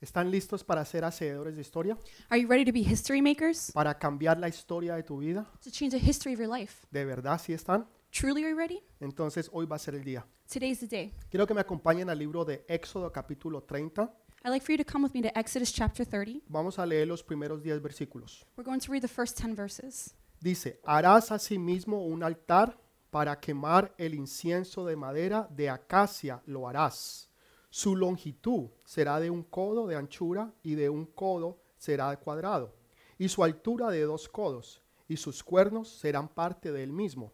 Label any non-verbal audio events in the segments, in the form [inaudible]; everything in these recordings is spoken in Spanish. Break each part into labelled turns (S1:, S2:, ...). S1: ¿Están listos para ser hacedores de historia?
S2: Are you ready to be history makers?
S1: ¿Para cambiar la historia de tu vida?
S2: To change the history of your life?
S1: ¿De verdad sí están?
S2: Truly, are you ready?
S1: Entonces hoy va a ser el día.
S2: Today's the day.
S1: Quiero que me acompañen al libro de Éxodo capítulo 30.
S2: I'd like for you to come with me to Exodus chapter 30.
S1: Vamos a leer los primeros 10 versículos.
S2: We're going to read the first 10 verses.
S1: Dice, harás asimismo un altar para quemar el incienso de madera de acacia, lo harás. Su longitud será de un codo de anchura y de un codo será de cuadrado, y su altura de dos codos, y sus cuernos serán parte del mismo.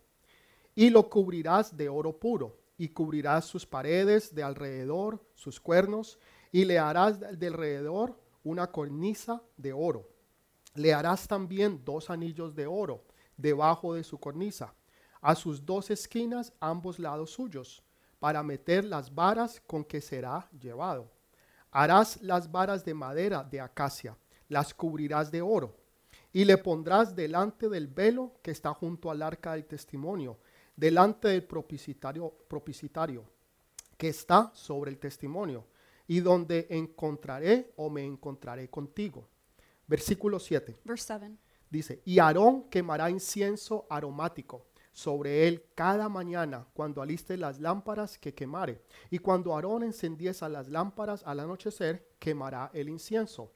S1: Y lo cubrirás de oro puro, y cubrirás sus paredes de alrededor, sus cuernos, y le harás de alrededor una cornisa de oro. Le harás también dos anillos de oro debajo de su cornisa, a sus dos esquinas, ambos lados suyos, para meter las varas con que será llevado. Harás las varas de madera de acacia, las cubrirás de oro, y le pondrás delante del velo que está junto al arca del testimonio, delante del propicitario, propicitario que está sobre el testimonio, y donde encontraré o me encontraré contigo. Versículo 7
S2: Verse 7.
S1: dice, y Aarón quemará incienso aromático sobre él cada mañana cuando aliste las lámparas que quemare. Y cuando Aarón encendiesa las lámparas al anochecer, quemará el incienso.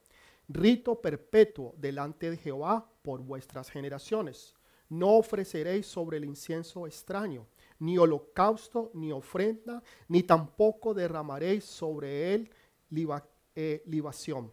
S1: Rito perpetuo delante de Jehová por vuestras generaciones. No ofreceréis sobre el incienso extraño, ni holocausto, ni ofrenda, ni tampoco derramaréis sobre él liba- eh, libación.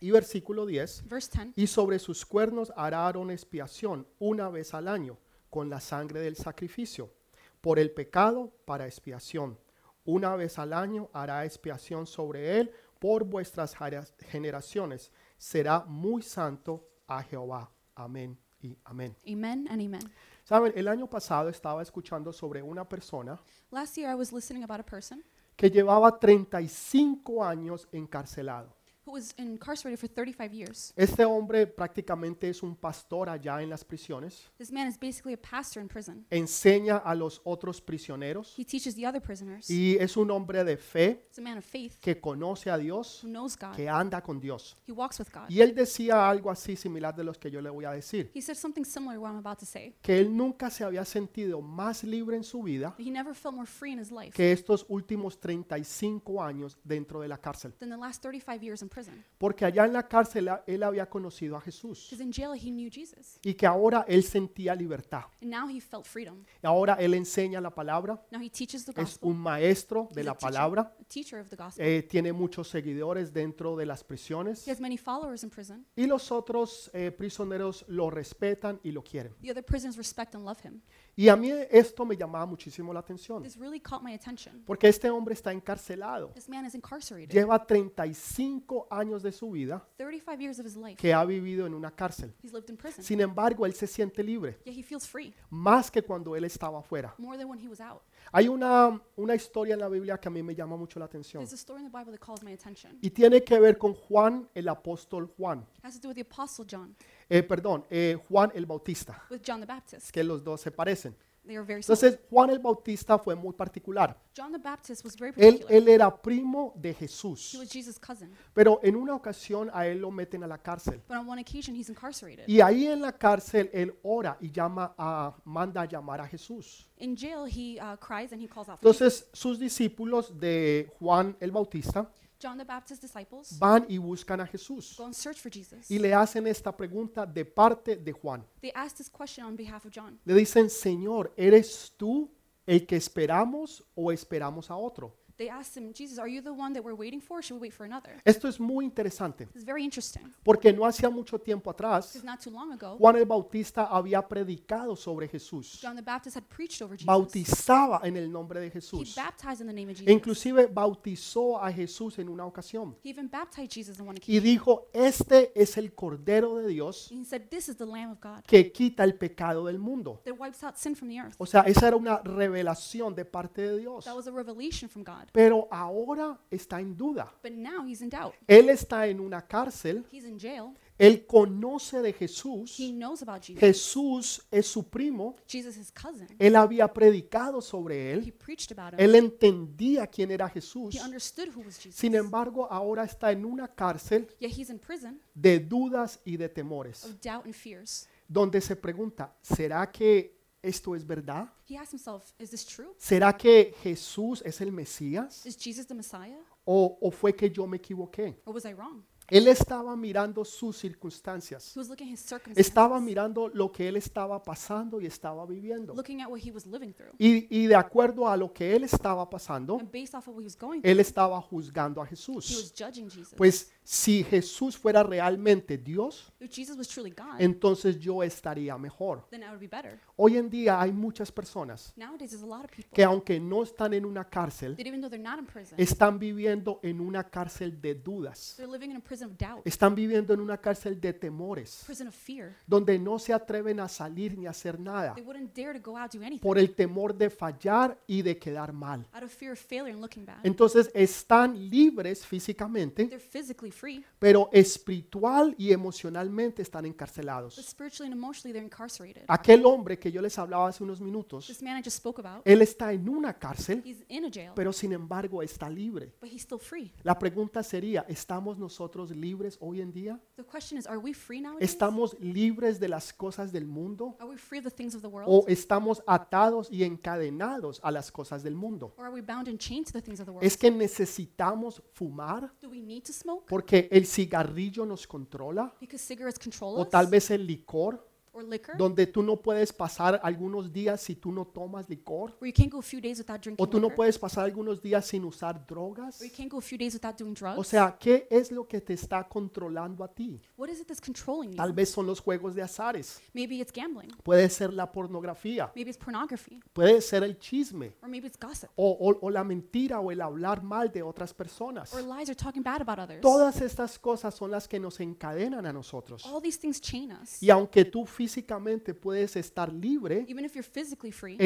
S1: Y versículo 10
S2: Verse 10.
S1: y sobre sus cuernos hará Aarón expiación una vez al año con la sangre del sacrificio, por el pecado para expiación. Una vez al año hará expiación sobre él por vuestras jara- generaciones. Será muy santo a Jehová. Amén y amén.
S2: Amen and amen.
S1: Saben, el año pasado estaba escuchando sobre una persona
S2: Last year, I was listening about a person
S1: que llevaba 35 años encarcelado.
S2: who was incarcerated for 35 years.
S1: Este hombre prácticamente es un pastor allá en las prisiones.
S2: This man is basically a pastor in prison.
S1: enseña a los otros prisioneros
S2: He teaches the other prisoners.
S1: y es un hombre de fe
S2: He's a man of faith
S1: que conoce a Dios,
S2: who knows God.
S1: que anda con Dios.
S2: He walks with God.
S1: Y él decía algo así similar de los que yo le voy a decir,
S2: He said something similar to what I'm about to say.
S1: que él nunca se había sentido más libre en su vida
S2: He never felt more free in his life
S1: que estos últimos 35 años dentro de la cárcel,
S2: than the last 35 years in prison.
S1: porque allá en la cárcel a- él había conocido a Jesús
S2: Because in jail, he knew Jesus.
S1: y que ahora él sentía libertad.
S2: And now he felt freedom.
S1: Ahora él enseña la palabra,
S2: Now he teaches the
S1: es
S2: gospel.
S1: un maestro de
S2: He's a
S1: la
S2: teacher-
S1: palabra,
S2: a teacher of the gospel.
S1: eh, tiene muchos seguidores dentro de las prisiones.
S2: He has many followers in prison.
S1: Y los otros eh, prisioneros lo respetan y lo quieren.
S2: The other prisoners respect and love him.
S1: Y a mí esto me llamaba muchísimo la atención,
S2: This really caught my attention.
S1: porque este hombre está encarcelado.
S2: This man is incarcerated.
S1: Lleva 35 años de su vida
S2: 35 years of his life,
S1: que ha vivido en una cárcel.
S2: he's lived in prison.
S1: Sin embargo, él se siente libre,
S2: Yet he feels free
S1: más que cuando él estaba afuera.
S2: more than when he was out.
S1: Hay una, una historia en la Biblia que a mí me llama mucho la atención.
S2: There's a story in the Bible that calls my attention.
S1: Y tiene que ver con Juan, el apóstol Juan.
S2: It has to do with the Apostle John,
S1: Eh, perdón, eh, Juan el Bautista,
S2: with John the Baptist.
S1: que los dos se parecen.
S2: They are very similar.
S1: Entonces, Juan el Bautista fue muy particular.
S2: John the Baptist was very
S1: Él,
S2: particular.
S1: él era primo de
S2: He
S1: Jesús,
S2: was Jesus' cousin.
S1: pero en una ocasión a él lo meten a la cárcel.
S2: But on one occasion, he's incarcerated.
S1: Y ahí en la cárcel él ora y llama a, manda a llamar a Jesús.
S2: In jail, he uh, cries and he calls out for Jesus.
S1: Entonces sus discípulos de Juan el Bautista
S2: John the Baptist's disciples
S1: van y buscan a Jesús
S2: go and search for Jesus.
S1: y le hacen esta pregunta de parte de Juan.
S2: They ask this question on behalf of John.
S1: Le dicen, Señor, ¿eres tú el que esperamos o esperamos a otro?
S2: They asked him, Jesus, are you the one that we're waiting for? Or should we wait for another?
S1: Esto es muy interesante
S2: It's very interesting.
S1: porque no hacía mucho tiempo atrás
S2: Because not too long ago,
S1: Juan el Bautista había predicado sobre Jesús.
S2: John the Baptist had preached over Jesus.
S1: bautizaba en el nombre de
S2: He
S1: Jesús.
S2: baptized in the name of
S1: E
S2: Jesus.
S1: inclusive bautizó a Jesús en una ocasión
S2: He even baptized Jesus on one occasion.
S1: y dijo, este es el Cordero de Dios
S2: He said, This is the Lamb of God
S1: que quita el pecado del mundo.
S2: that wipes out sin from the earth.
S1: O sea, esa era una revelación de parte de Dios.
S2: That was a revelation from God.
S1: Pero ahora está en duda.
S2: But now he's in doubt.
S1: Él está en una cárcel
S2: He's in jail.
S1: Él conoce de Jesús.
S2: He knows about Jesus.
S1: Jesús es su primo.
S2: Jesus is his cousin.
S1: Él había predicado sobre
S2: He
S1: él.
S2: preached about him.
S1: Él entendía quién era Jesús.
S2: He understood who was Jesus.
S1: Sin embargo, ahora está en una cárcel
S2: Yet he's in prison
S1: de dudas y de temores,
S2: of doubt and fears.
S1: donde se pregunta, ¿será que esto es verdad?
S2: He asks himself, is this true?
S1: ¿Será que Jesús es el Mesías?
S2: Is Jesus the Messiah?
S1: ¿O, o fue que yo me equivoqué?
S2: Or was I wrong?
S1: Él estaba mirando sus circunstancias.
S2: He was looking at his circumstances.
S1: Estaba mirando lo que él estaba pasando y estaba viviendo.
S2: Looking at what he was living through.
S1: Y, y de acuerdo a lo que él estaba pasando,
S2: And based off of what he was going through,
S1: él estaba Em, juzgando a
S2: he was
S1: Jesús.
S2: judging Jesus.
S1: Pues si Jesús fuera realmente Dios,
S2: if Jesus was truly God,
S1: entonces yo estaría mejor.
S2: then that would be better.
S1: Hoy en día hay muchas personas
S2: Nowadays, there's a lot of people
S1: que aunque no están en una cárcel,
S2: that even though they're not in prison,
S1: están viviendo en una cárcel de dudas.
S2: they're living in a prison of doubt,
S1: Están viviendo en una cárcel de temores,
S2: prison of fear.
S1: donde no se atreven a salir ni a hacer nada
S2: They wouldn't dare to go out do anything
S1: Ah. por el temor de fallar y de quedar mal.
S2: out of fear of failure and looking back.
S1: Entonces están libres físicamente,
S2: They're physically free,
S1: pero espiritual y emocionalmente están
S2: but
S1: encarcelados.
S2: spiritually and emotionally, they're incarcerated.
S1: Aquel hombre que yo les hablaba hace unos minutos,
S2: This man I just spoke about,
S1: él está en una cárcel,
S2: he's in a jail,
S1: pero sin embargo está libre.
S2: but he's still free.
S1: La pregunta sería, ¿estamos nosotros libres hoy en día?
S2: The question is, are we free nowadays?
S1: ¿Estamos libres de las cosas del mundo?
S2: Are we free of the things of the
S1: ¿O
S2: world?
S1: estamos atados y encadenados a las cosas del mundo?
S2: Or are we bound and chained to the things of the world?
S1: ¿Es que necesitamos fumar
S2: Do we need to smoke
S1: porque el cigarrillo nos controla?
S2: because cigarettes control
S1: ¿O tal
S2: us?
S1: vez el licor,
S2: Or liquor?
S1: donde tú no puedes pasar algunos días si tú no tomas licor?
S2: Where you can't go a few days without drinking
S1: ¿O tú no
S2: liquor?
S1: puedes pasar algunos días sin usar drogas?
S2: Or you can't go a few days without doing drugs?
S1: O sea, ¿qué es lo que te está controlando a ti?
S2: What is it that's controlling
S1: Tal
S2: you?
S1: vez son los juegos de azares.
S2: Maybe it's gambling.
S1: Puede ser la pornografía,
S2: Maybe it's pornography.
S1: puede ser el chisme
S2: Or maybe it's gossip.
S1: o, o- o la mentira o el hablar mal de otras personas.
S2: Or lies or talking bad about others.
S1: Todas estas cosas son las que nos encadenan a nosotros.
S2: All these things chain us.
S1: Y aunque tú físicamente puedes estar libre,
S2: Even if you're physically free,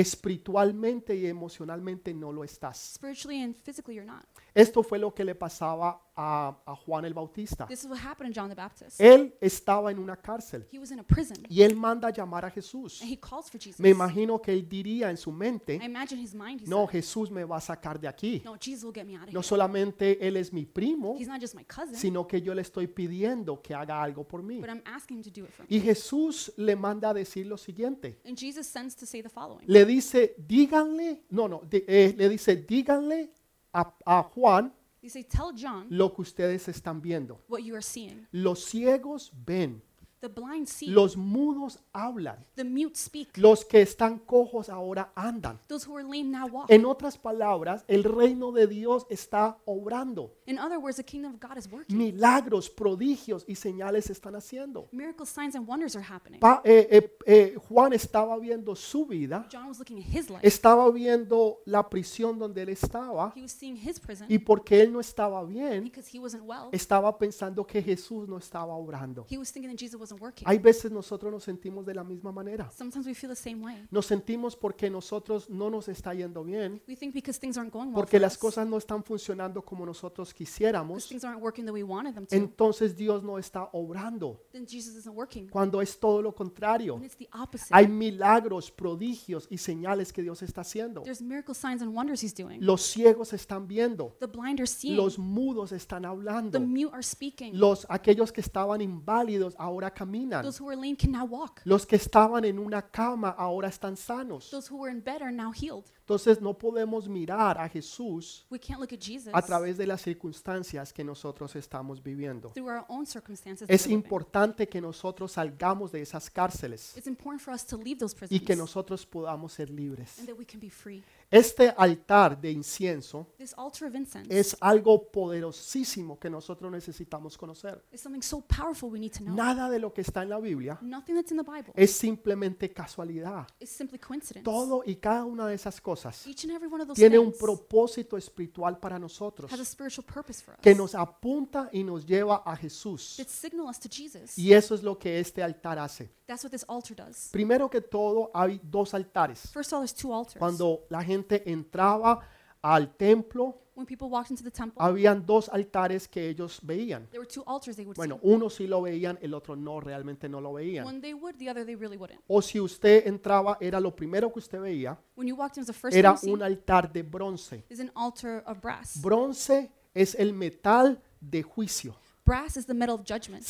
S1: espiritualmente y emocionalmente no lo estás.
S2: spiritually and physically you're not.
S1: Esto fue lo que le pasaba a, a Juan el Bautista.
S2: This is what happened in John the Baptist.
S1: Él estaba en una cárcel
S2: He was in a prison
S1: y él manda a llamar a Jesús.
S2: and he calls for Jesus.
S1: Me imagino que él diría en su
S2: I
S1: mente,
S2: imagine his mind. He
S1: no,
S2: said,
S1: Jesús me va a sacar de aquí.
S2: No, Jesus will get me out of here.
S1: No solamente él es mi primo,
S2: He's not just my cousin,
S1: sino que yo le estoy pidiendo que haga algo por mí.
S2: but I'm asking him to do it for me.
S1: Y Jesús le manda a decir lo siguiente.
S2: And Jesus sends to say the following.
S1: Le dice, díganle, no, no, di- eh, le dice, díganle a, a Juan
S2: He say, Tell John
S1: lo que ustedes están viendo.
S2: what you are seeing.
S1: Los ciegos ven,
S2: The blind see,
S1: los mudos hablan,
S2: the mute speak,
S1: los que están cojos ahora andan.
S2: those who are lame now walk.
S1: En otras palabras, el reino de Dios está obrando.
S2: In other words, the kingdom of God is working.
S1: Milagros, prodigios y señales se están haciendo.
S2: Miracles, signs, and wonders are happening.
S1: Pa- eh, eh, eh, Juan estaba viendo su vida,
S2: John was looking at his life.
S1: estaba viendo la prisión donde él estaba
S2: He was seeing his prison
S1: y porque él no estaba bien,
S2: because he wasn't well.
S1: estaba pensando que Jesús no estaba obrando.
S2: He was thinking that Jesus wasn't working.
S1: Hay veces nosotros nos sentimos de la misma manera.
S2: Sometimes we feel the same way.
S1: Nos sentimos porque nosotros no nos está yendo bien,
S2: We think because things aren't going well,
S1: porque
S2: for
S1: las
S2: us,
S1: cosas no están funcionando como nosotros
S2: because
S1: quisiéramos,
S2: things aren't working the way we wanted them to,
S1: entonces Dios no está obrando,
S2: then Jesus isn't working.
S1: cuando es todo lo contrario.
S2: And it's the opposite.
S1: Hay milagros, prodigios y señales que Dios está haciendo.
S2: There's miracle signs and wonders he's doing.
S1: Los ciegos están viendo,
S2: The blind are seeing.
S1: los mudos están hablando,
S2: The mute are speaking.
S1: los aquellos que estaban inválidos ahora caminan,
S2: Those who are lame can now walk.
S1: los que estaban en una cama ahora están sanos.
S2: Those who were in bed are now healed.
S1: Entonces no podemos mirar a Jesús
S2: We can't look at Jesus
S1: a través de las circunstancias que nosotros estamos viviendo.
S2: through our own circumstances. that
S1: Es
S2: we're living.
S1: importante que nosotros salgamos de esas cárceles
S2: It's important for us to leave those prisons
S1: y que nosotros podamos ser libres.
S2: and that we can be free.
S1: Este altar de incienso
S2: This altar of incense
S1: es algo poderosísimo que nosotros necesitamos conocer.
S2: is something so powerful we need to know.
S1: Nada de lo que está en la Biblia
S2: Nothing that's in the Bible
S1: es simplemente casualidad.
S2: is simply coincidence.
S1: Todo y cada una de esas cosas
S2: Each and every one of those
S1: tiene un
S2: things
S1: propósito espiritual para nosotros
S2: has a spiritual purpose for us
S1: que nos apunta y nos lleva a Jesús.
S2: that signal us to Jesus.
S1: Y eso es lo que este altar hace.
S2: That's what this altar does.
S1: Primero que todo, hay dos altares.
S2: First of all, there's two altars.
S1: Cuando la gente entraba al templo,
S2: When people walked into the temple,
S1: Habían dos altares que ellos veían.
S2: there were two altars they would
S1: Bueno, uno sí lo veían, el otro no, realmente no lo
S2: see.
S1: veían.
S2: One they would, the other they really wouldn't.
S1: O si usted entraba, era lo primero que usted veía,
S2: When you walked in, it was the first
S1: era
S2: thing you
S1: un
S2: see
S1: altar de bronce.
S2: is an altar of brass.
S1: Bronce es el metal de juicio,
S2: brass is the metal of judgment.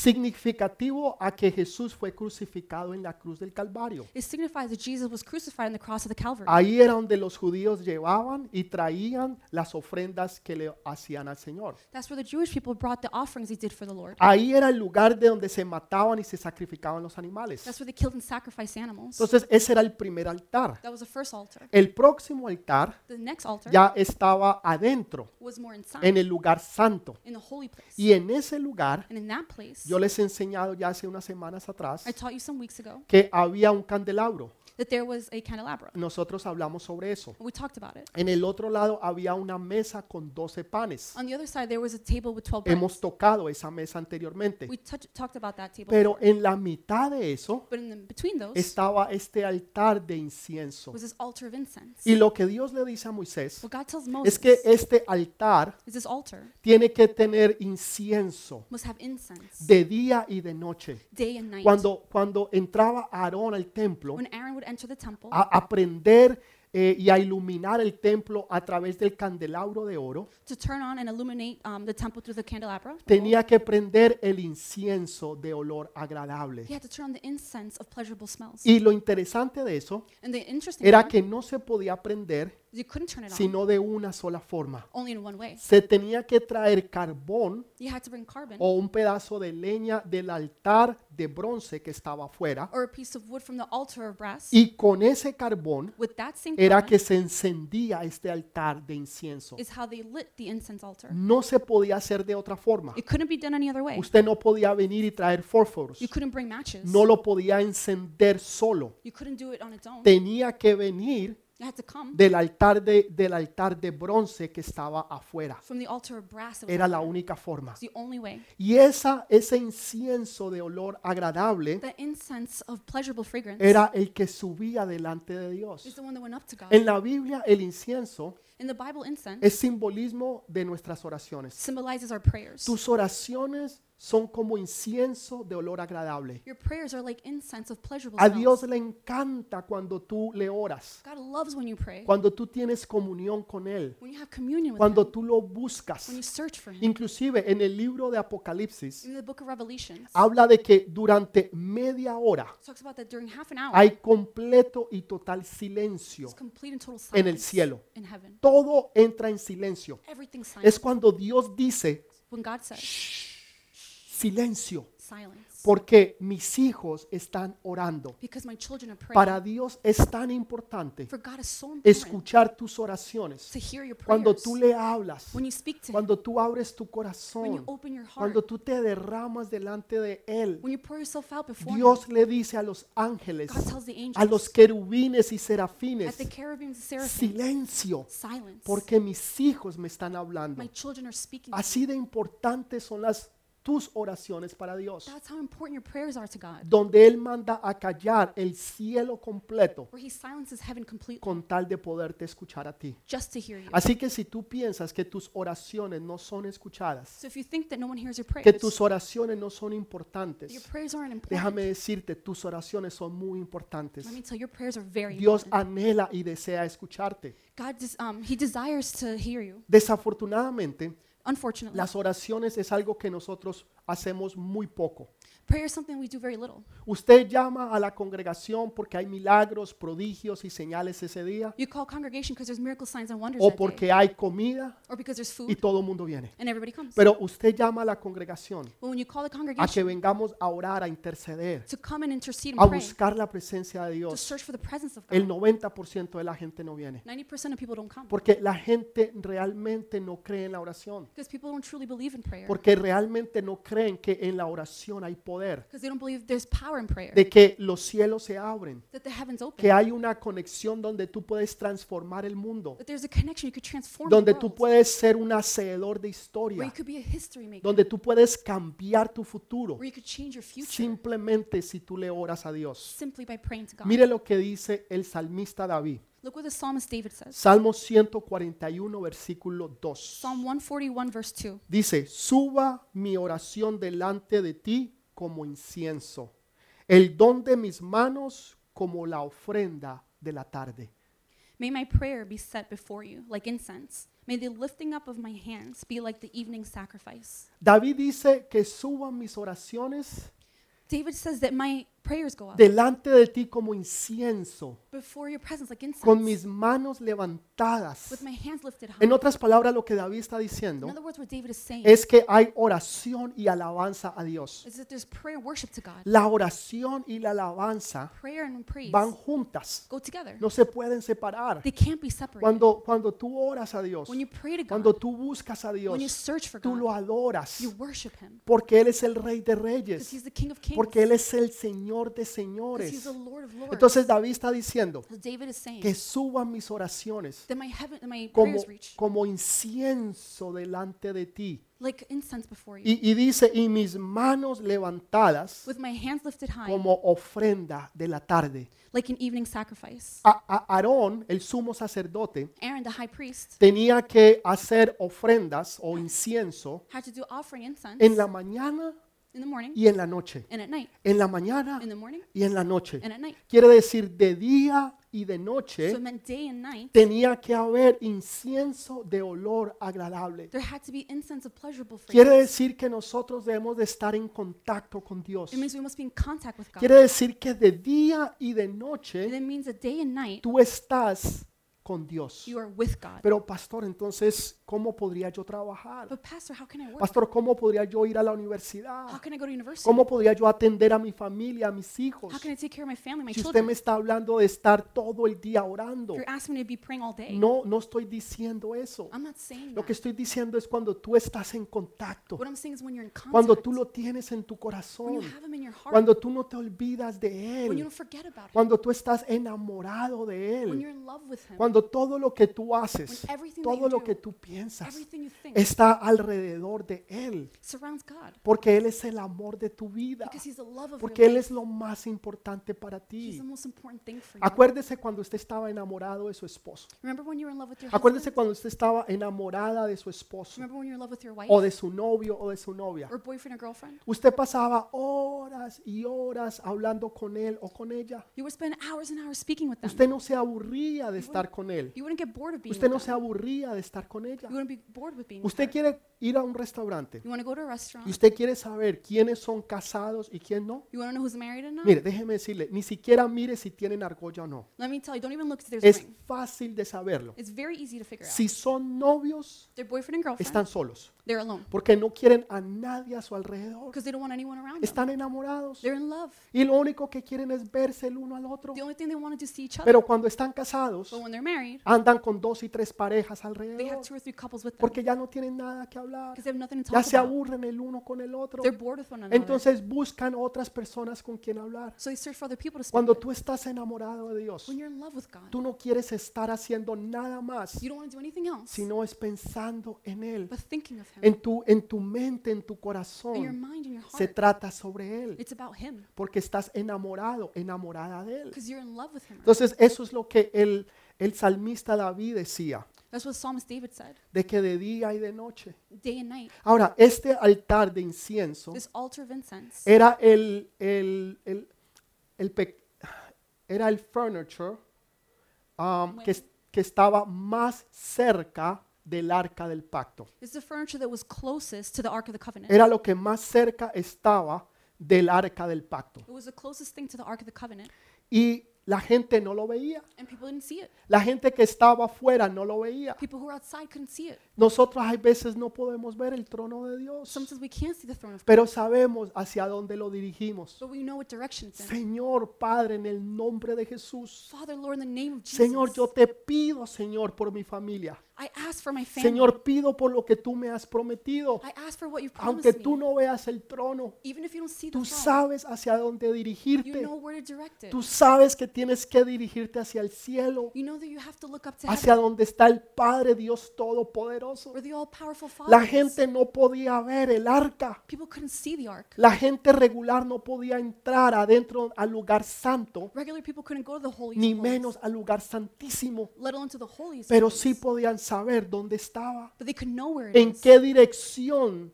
S1: significativo a que Jesús fue crucificado en la cruz del Calvario.
S2: It signifies that Jesus was crucified on the cross of the Calvary.
S1: Ahí era donde los judíos llevaban y traían las ofrendas que le hacían al Señor.
S2: That's where the Jewish people brought the offerings they did for the Lord.
S1: Ahí era el lugar de donde se mataban y se sacrificaban los
S2: That's
S1: animales.
S2: where they killed and sacrificed animals.
S1: Entonces ese era el primer altar.
S2: That was the first altar.
S1: El próximo altar
S2: The next altar
S1: ya estaba adentro,
S2: was more inside,
S1: en el lugar santo.
S2: in the holy place.
S1: Y en ese lugar,
S2: And in that place,
S1: yo les he enseñado ya hace unas semanas atrás
S2: I taught you some weeks ago
S1: que había un candelabro.
S2: that there was a candelabra.
S1: Mm. Nosotros hablamos sobre eso.
S2: And we talked about it.
S1: En el otro lado había una mesa con 12 panes.
S2: On the other side, there was a table with 12 breads.
S1: Hemos tocado esa mesa anteriormente.
S2: We touch, talked about that table.
S1: Pero
S2: before.
S1: en la mitad de eso
S2: but in the, between those
S1: estaba este altar de incienso.
S2: was this altar of incense.
S1: Y lo que Dios le dice a Moisés
S2: what God tells Moses
S1: es que este altar
S2: is this altar
S1: tiene que tener incienso
S2: must have incense
S1: de día y de noche.
S2: day and night.
S1: Cuando, cuando entraba Aarón al templo
S2: when Aaron would enter the temple,
S1: a aprender eh, y a iluminar el templo a través del candelabro de oro,
S2: to turn on and illuminate um, the temple through the candelabra,
S1: tenía que prender el incienso de olor agradable.
S2: he had to turn on the incense of pleasurable smells.
S1: Y lo interesante de eso
S2: and the interesting
S1: era
S2: part,
S1: que no se podía prender
S2: you couldn't turn it on
S1: sino de una sola forma.
S2: only in one way.
S1: Se tenía que traer carbón
S2: You had to bring carbon
S1: o un pedazo de leña del altar de bronce que estaba afuera
S2: or a piece of wood from the altar of brass.
S1: y con ese carbón
S2: With that same
S1: era
S2: carbon
S1: que se encendía este altar de incienso.
S2: is how they lit the incense altar.
S1: No se podía hacer de otra forma.
S2: It couldn't be done any other way.
S1: Mm. Usted no podía venir y traer fósforos.
S2: You couldn't bring matches.
S1: No lo podía encender solo.
S2: You couldn't do it on its own.
S1: Tenía que venir
S2: It had to come
S1: del altar de, del altar de bronce que estaba afuera.
S2: from the altar of brass. that was
S1: Era
S2: out
S1: la
S2: there.
S1: única forma.
S2: It's the only way.
S1: Y esa, ese incienso de olor agradable
S2: The incense of pleasurable fragrance
S1: era el que subía delante de
S2: is
S1: Dios.
S2: the one that went up to God.
S1: En la Biblia el incienso
S2: In the Bible, incense
S1: es simbolismo de nuestras oraciones.
S2: symbolizes our prayers.
S1: Tus oraciones son como incienso de olor agradable.
S2: Your prayers are like incense of pleasurable
S1: A
S2: smells.
S1: Dios le encanta cuando tú le oras.
S2: God loves when you pray,
S1: cuando tú tienes comunión con Él,
S2: when you have communion with
S1: cuando
S2: Him,
S1: tú lo
S2: when
S1: buscas.
S2: you search for Him.
S1: Inclusive en el libro de Apocalipsis
S2: In the book of Revelations, it
S1: habla de que durante media hora
S2: talks about that during half an hour,
S1: hay completo y total silencio.
S2: it's complete and total
S1: en el
S2: silence
S1: cielo.
S2: in heaven.
S1: Todo entra en silencio.
S2: Everything's silent.
S1: Es cuando Dios dice
S2: When God says
S1: silencio,
S2: silence,
S1: porque mis hijos están orando.
S2: because my children are praying.
S1: Para Dios es tan importante
S2: For God is so important
S1: escuchar tus oraciones.
S2: to hear your
S1: Cuando
S2: prayers.
S1: tú le hablas,
S2: When you speak to Him,
S1: cuando tú abres tu
S2: when you
S1: corazón,
S2: open your heart,
S1: Cuando tú te derramas delante de Él,
S2: when you pour yourself out before
S1: Dios le dice a los ángeles,
S2: Him, God tells the
S1: a los
S2: angels,
S1: querubines y
S2: at
S1: serafines,
S2: the cherubims and seraphim,
S1: silencio,
S2: silence.
S1: porque mis hijos me están hablando.
S2: My children are speaking. to me."
S1: Así de importantes son las tus oraciones para Dios,
S2: That's how important your prayers are to God.
S1: donde Él manda a callar el cielo completo
S2: where he silences heaven completely
S1: con tal de poderte escuchar a ti.
S2: just to hear you.
S1: Así que si tú piensas que tus oraciones no son escuchadas,
S2: So if you think that no one hears your
S1: que
S2: prayers,
S1: tus oraciones no son
S2: your
S1: importantes,
S2: prayers aren't important.
S1: déjame decirte, tus oraciones son muy importantes.
S2: Let me tell you, your prayers are very
S1: Dios
S2: important.
S1: anhela y desea escucharte.
S2: God, des- um, he desires to hear you.
S1: Desafortunadamente,
S2: Unfortunately,
S1: las oraciones es algo que nosotros hacemos muy poco.
S2: prayer is something we do very little.
S1: Usted llama a la congregación porque hay milagros, prodigios y señales ese día,
S2: You call congregation because there's miracle signs and wonders
S1: o
S2: that day,
S1: porque hay comida
S2: or because there's food
S1: y todo el mundo viene.
S2: and everybody comes.
S1: Pero usted llama a la congregación
S2: but when you call the
S1: a
S2: congregation
S1: que vengamos a orar, a interceder,
S2: to come and intercede
S1: a
S2: and pray,
S1: buscar la presencia de
S2: to
S1: Dios.
S2: search for the presence of God,
S1: El 90% de la gente no viene,
S2: 90% of people don't come
S1: porque la gente realmente no cree en la oración.
S2: because people don't truly believe in prayer
S1: porque realmente no creen que en la oración hay poder,
S2: because they don't believe there's power in prayer,
S1: de que los cielos se abren,
S2: that the heavens open,
S1: que hay una conexión donde tú puedes transformar el mundo,
S2: that there's a connection you could transform the
S1: donde tú
S2: world.
S1: puedes ser un hacedor de
S2: where
S1: historia,
S2: you could be a history maker,
S1: donde tú puedes cambiar tu futuro
S2: where you could change your future
S1: simplemente si tú le oras a Dios.
S2: simply by praying to God.
S1: Mire lo que dice el salmista David.
S2: Look what the psalmist David says.
S1: Salmo 141, versículo 2.
S2: Psalm 141, verse 2.
S1: Dice, suba mi oración delante de ti como incienso, el don de mis manos como la ofrenda de la tarde.
S2: May my prayer be set before you like incense. May the lifting up of my hands be like the evening sacrifice.
S1: David dice que suban mis oraciones
S2: David says that my prayers go up
S1: delante de ti como incienso,
S2: before your presence like
S1: con
S2: incense,
S1: mis manos levantadas.
S2: with my hands lifted high.
S1: En otras palabras, lo que David está
S2: In
S1: diciendo
S2: other words, what David is saying
S1: es que hay oración y alabanza a Dios.
S2: is that there's prayer worship to God.
S1: La oración y la alabanza
S2: Prayer and praise
S1: van juntas,
S2: go together.
S1: no se pueden separar.
S2: They can't be separated.
S1: Cuando, cuando tú oras a Dios,
S2: When you pray to
S1: cuando
S2: God,
S1: tú buscas a
S2: when you
S1: Dios,
S2: search for
S1: tú lo
S2: God,
S1: adoras,
S2: you worship Him
S1: porque Él es el Rey de
S2: because
S1: Reyes,
S2: He's the King of Kings,
S1: porque Él es el Señor de
S2: because He's the
S1: Señores.
S2: Lord of Lords.
S1: Entonces David está diciendo
S2: So David is saying
S1: que suban mis oraciones
S2: that my heaven, that my
S1: como,
S2: prayers reach
S1: como incienso delante de ti.
S2: like incense before you,
S1: Y, y dice, y mis manos levantadas
S2: with my hands lifted high,
S1: como ofrenda de la tarde.
S2: like an evening sacrifice.
S1: A- a- Aarón, el sumo sacerdote,
S2: Aaron, the high priest,
S1: tenía que hacer ofrendas o incienso
S2: had to do offering incense
S1: en la mañana
S2: in the morning
S1: y en la noche.
S2: and at night.
S1: En la mañana
S2: In the morning
S1: y en la noche.
S2: and at night.
S1: Quiere decir, de día y de
S2: So
S1: noche
S2: it meant day and night.
S1: tenía que haber incienso de olor agradable.
S2: There had to be incense of pleasurable
S1: Quiere
S2: fragrance.
S1: decir que nosotros debemos de estar en contacto con Dios.
S2: It means we must be in contact with God.
S1: Quiere decir que de día y de
S2: And
S1: noche
S2: it means that day and night
S1: tú estás con Dios.
S2: you are with God.
S1: Pero pastor, entonces, ¿cómo podría yo trabajar?
S2: But pastor, how can I work?
S1: Pastor, ¿cómo podría yo ir a la
S2: How
S1: universidad?
S2: can I go to university?
S1: ¿Cómo podría yo atender a mi familia, a mis hijos?
S2: How can I take care of my family, my
S1: Si usted
S2: children?
S1: me está hablando de estar todo el día orando,
S2: You're asking me to be praying all day.
S1: no, no estoy diciendo eso.
S2: I'm not saying
S1: Lo que
S2: that.
S1: estoy diciendo es cuando tú estás en contacto,
S2: What I'm saying is when you're in
S1: cuando
S2: contact,
S1: tú lo tienes en tu
S2: when you
S1: corazón,
S2: have him in your heart,
S1: cuando tú no te olvidas de
S2: when you
S1: Él,
S2: don't forget about him,
S1: cuando tú estás enamorado de
S2: when
S1: Él,
S2: you're in love with him,
S1: cuando todo lo que tú haces,
S2: When everything that
S1: todo
S2: you
S1: lo
S2: do,
S1: que tú piensas
S2: everything you think
S1: está alrededor de Él,
S2: surrounds God
S1: porque Él es el amor de tu vida,
S2: because he's the love of
S1: porque
S2: your
S1: Él
S2: life.
S1: es lo más importante para
S2: He's
S1: ti.
S2: the most important thing for you.
S1: Acuérdese cuando usted estaba enamorado de su esposo.
S2: Remember when you were in love with your husband?
S1: Acuérdese cuando usted estaba enamorada de su esposo
S2: Remember when you're in love with your wife
S1: o de su novio o de su novia.
S2: or boyfriend or girlfriend?
S1: Usted pasaba horas y horas hablando con él o con ella.
S2: You would spend hours and hours speaking with them.
S1: Usted no se aburría de estar con él.
S2: you wouldn't get bored of being
S1: Usted no
S2: with
S1: se
S2: them.
S1: aburría de estar con ella.
S2: You wouldn't be bored with being with
S1: Usted
S2: her.
S1: quiere ir a un restaurante
S2: You want to go to a
S1: y
S2: restaurant.
S1: usted quiere saber quiénes son casados y quién no.
S2: You want to know who's married or not?
S1: Mire, déjeme decirle, ni siquiera mire si tienen argolla o no.
S2: Let me tell you, don't even look if there's a
S1: Es [laughs]
S2: ring.
S1: fácil de saberlo.
S2: It's very easy to figure out.
S1: Si son novios,
S2: Their boyfriend and girlfriend,
S1: están solos.
S2: they're alone
S1: Porque no quieren a nadie a su alrededor.
S2: because they don't want anyone around them.
S1: Están enamorados.
S2: They're in love.
S1: Y lo único que quieren es verse el uno al otro.
S2: The only thing they want to do is see each other.
S1: Pero cuando están casados,
S2: But when they're married,
S1: andan con dos y tres parejas
S2: they have
S1: alrededor.
S2: two or three couples with them
S1: Porque ya no tienen nada que hablar.
S2: because they have nothing to
S1: Ya
S2: talk
S1: se
S2: about.
S1: aburren el uno con el otro.
S2: They're bored with one another.
S1: Entonces buscan otras personas con quien hablar.
S2: So they search for other people to speak
S1: Cuando
S2: with.
S1: tú estás enamorado de Dios,
S2: When you're in love with God,
S1: tú no quieres estar haciendo nada más,
S2: you don't want to do anything else
S1: sino es pensando en Él.
S2: but thinking of Him.
S1: En tu, en tu mente, en tu
S2: In your
S1: corazón,
S2: mind, in your
S1: se
S2: heart,
S1: trata sobre Él.
S2: it's about Him
S1: Porque estás enamorado, enamorada de Él.
S2: because you're in love with Him.
S1: Entonces eso es lo que el, el salmista David decía,
S2: That's what Psalmist David said
S1: de que de día y de noche.
S2: day and night.
S1: Ahora, este altar de incienso
S2: This altar of incense
S1: era el, el, el, el pe- era el furniture um, que, es- que estaba más cerca del arca del pacto.
S2: is the furniture that was closest to the Ark of the Covenant.
S1: Era lo que más cerca estaba del arca del pacto.
S2: It was the closest thing to the Ark of the Covenant,
S1: Y la gente no lo veía.
S2: and people didn't see it.
S1: La gente que estaba afuera no lo veía.
S2: People who were outside couldn't see it.
S1: Nosotros hay veces no podemos ver el trono de Dios,
S2: Sometimes we can't see the throne of God,
S1: pero sabemos hacia dónde lo dirigimos.
S2: but we know what direction it's in.
S1: Señor Padre, en el nombre de Jesús.
S2: Father, Lord, in the name of Jesus,
S1: Señor, yo te pido, Señor, por mi familia.
S2: I ask for my family.
S1: Señor, pido por lo que tú me has prometido.
S2: I ask for what you've promised
S1: Aunque
S2: me.
S1: tú no veas el trono,
S2: Even if you don't see the
S1: tú
S2: throne,
S1: sabes hacia dónde
S2: you
S1: dirigirte.
S2: know where to direct it.
S1: Tú sabes que tienes que dirigirte hacia el cielo,
S2: You know that you have to look up to heaven.
S1: hacia donde está el Padre Dios Todopoderoso.
S2: We're the all powerful Father.
S1: La gente no podía ver el arca.
S2: People couldn't see the ark.
S1: La gente regular no podía entrar adentro al lugar santo,
S2: Regular people couldn't go to the Holy
S1: ni
S2: of
S1: menos al lugar santísimo.
S2: let alone to the holiest.
S1: Pero
S2: place.
S1: sí podían saber dónde estaba,
S2: but they could know where it
S1: en
S2: is,
S1: qué dirección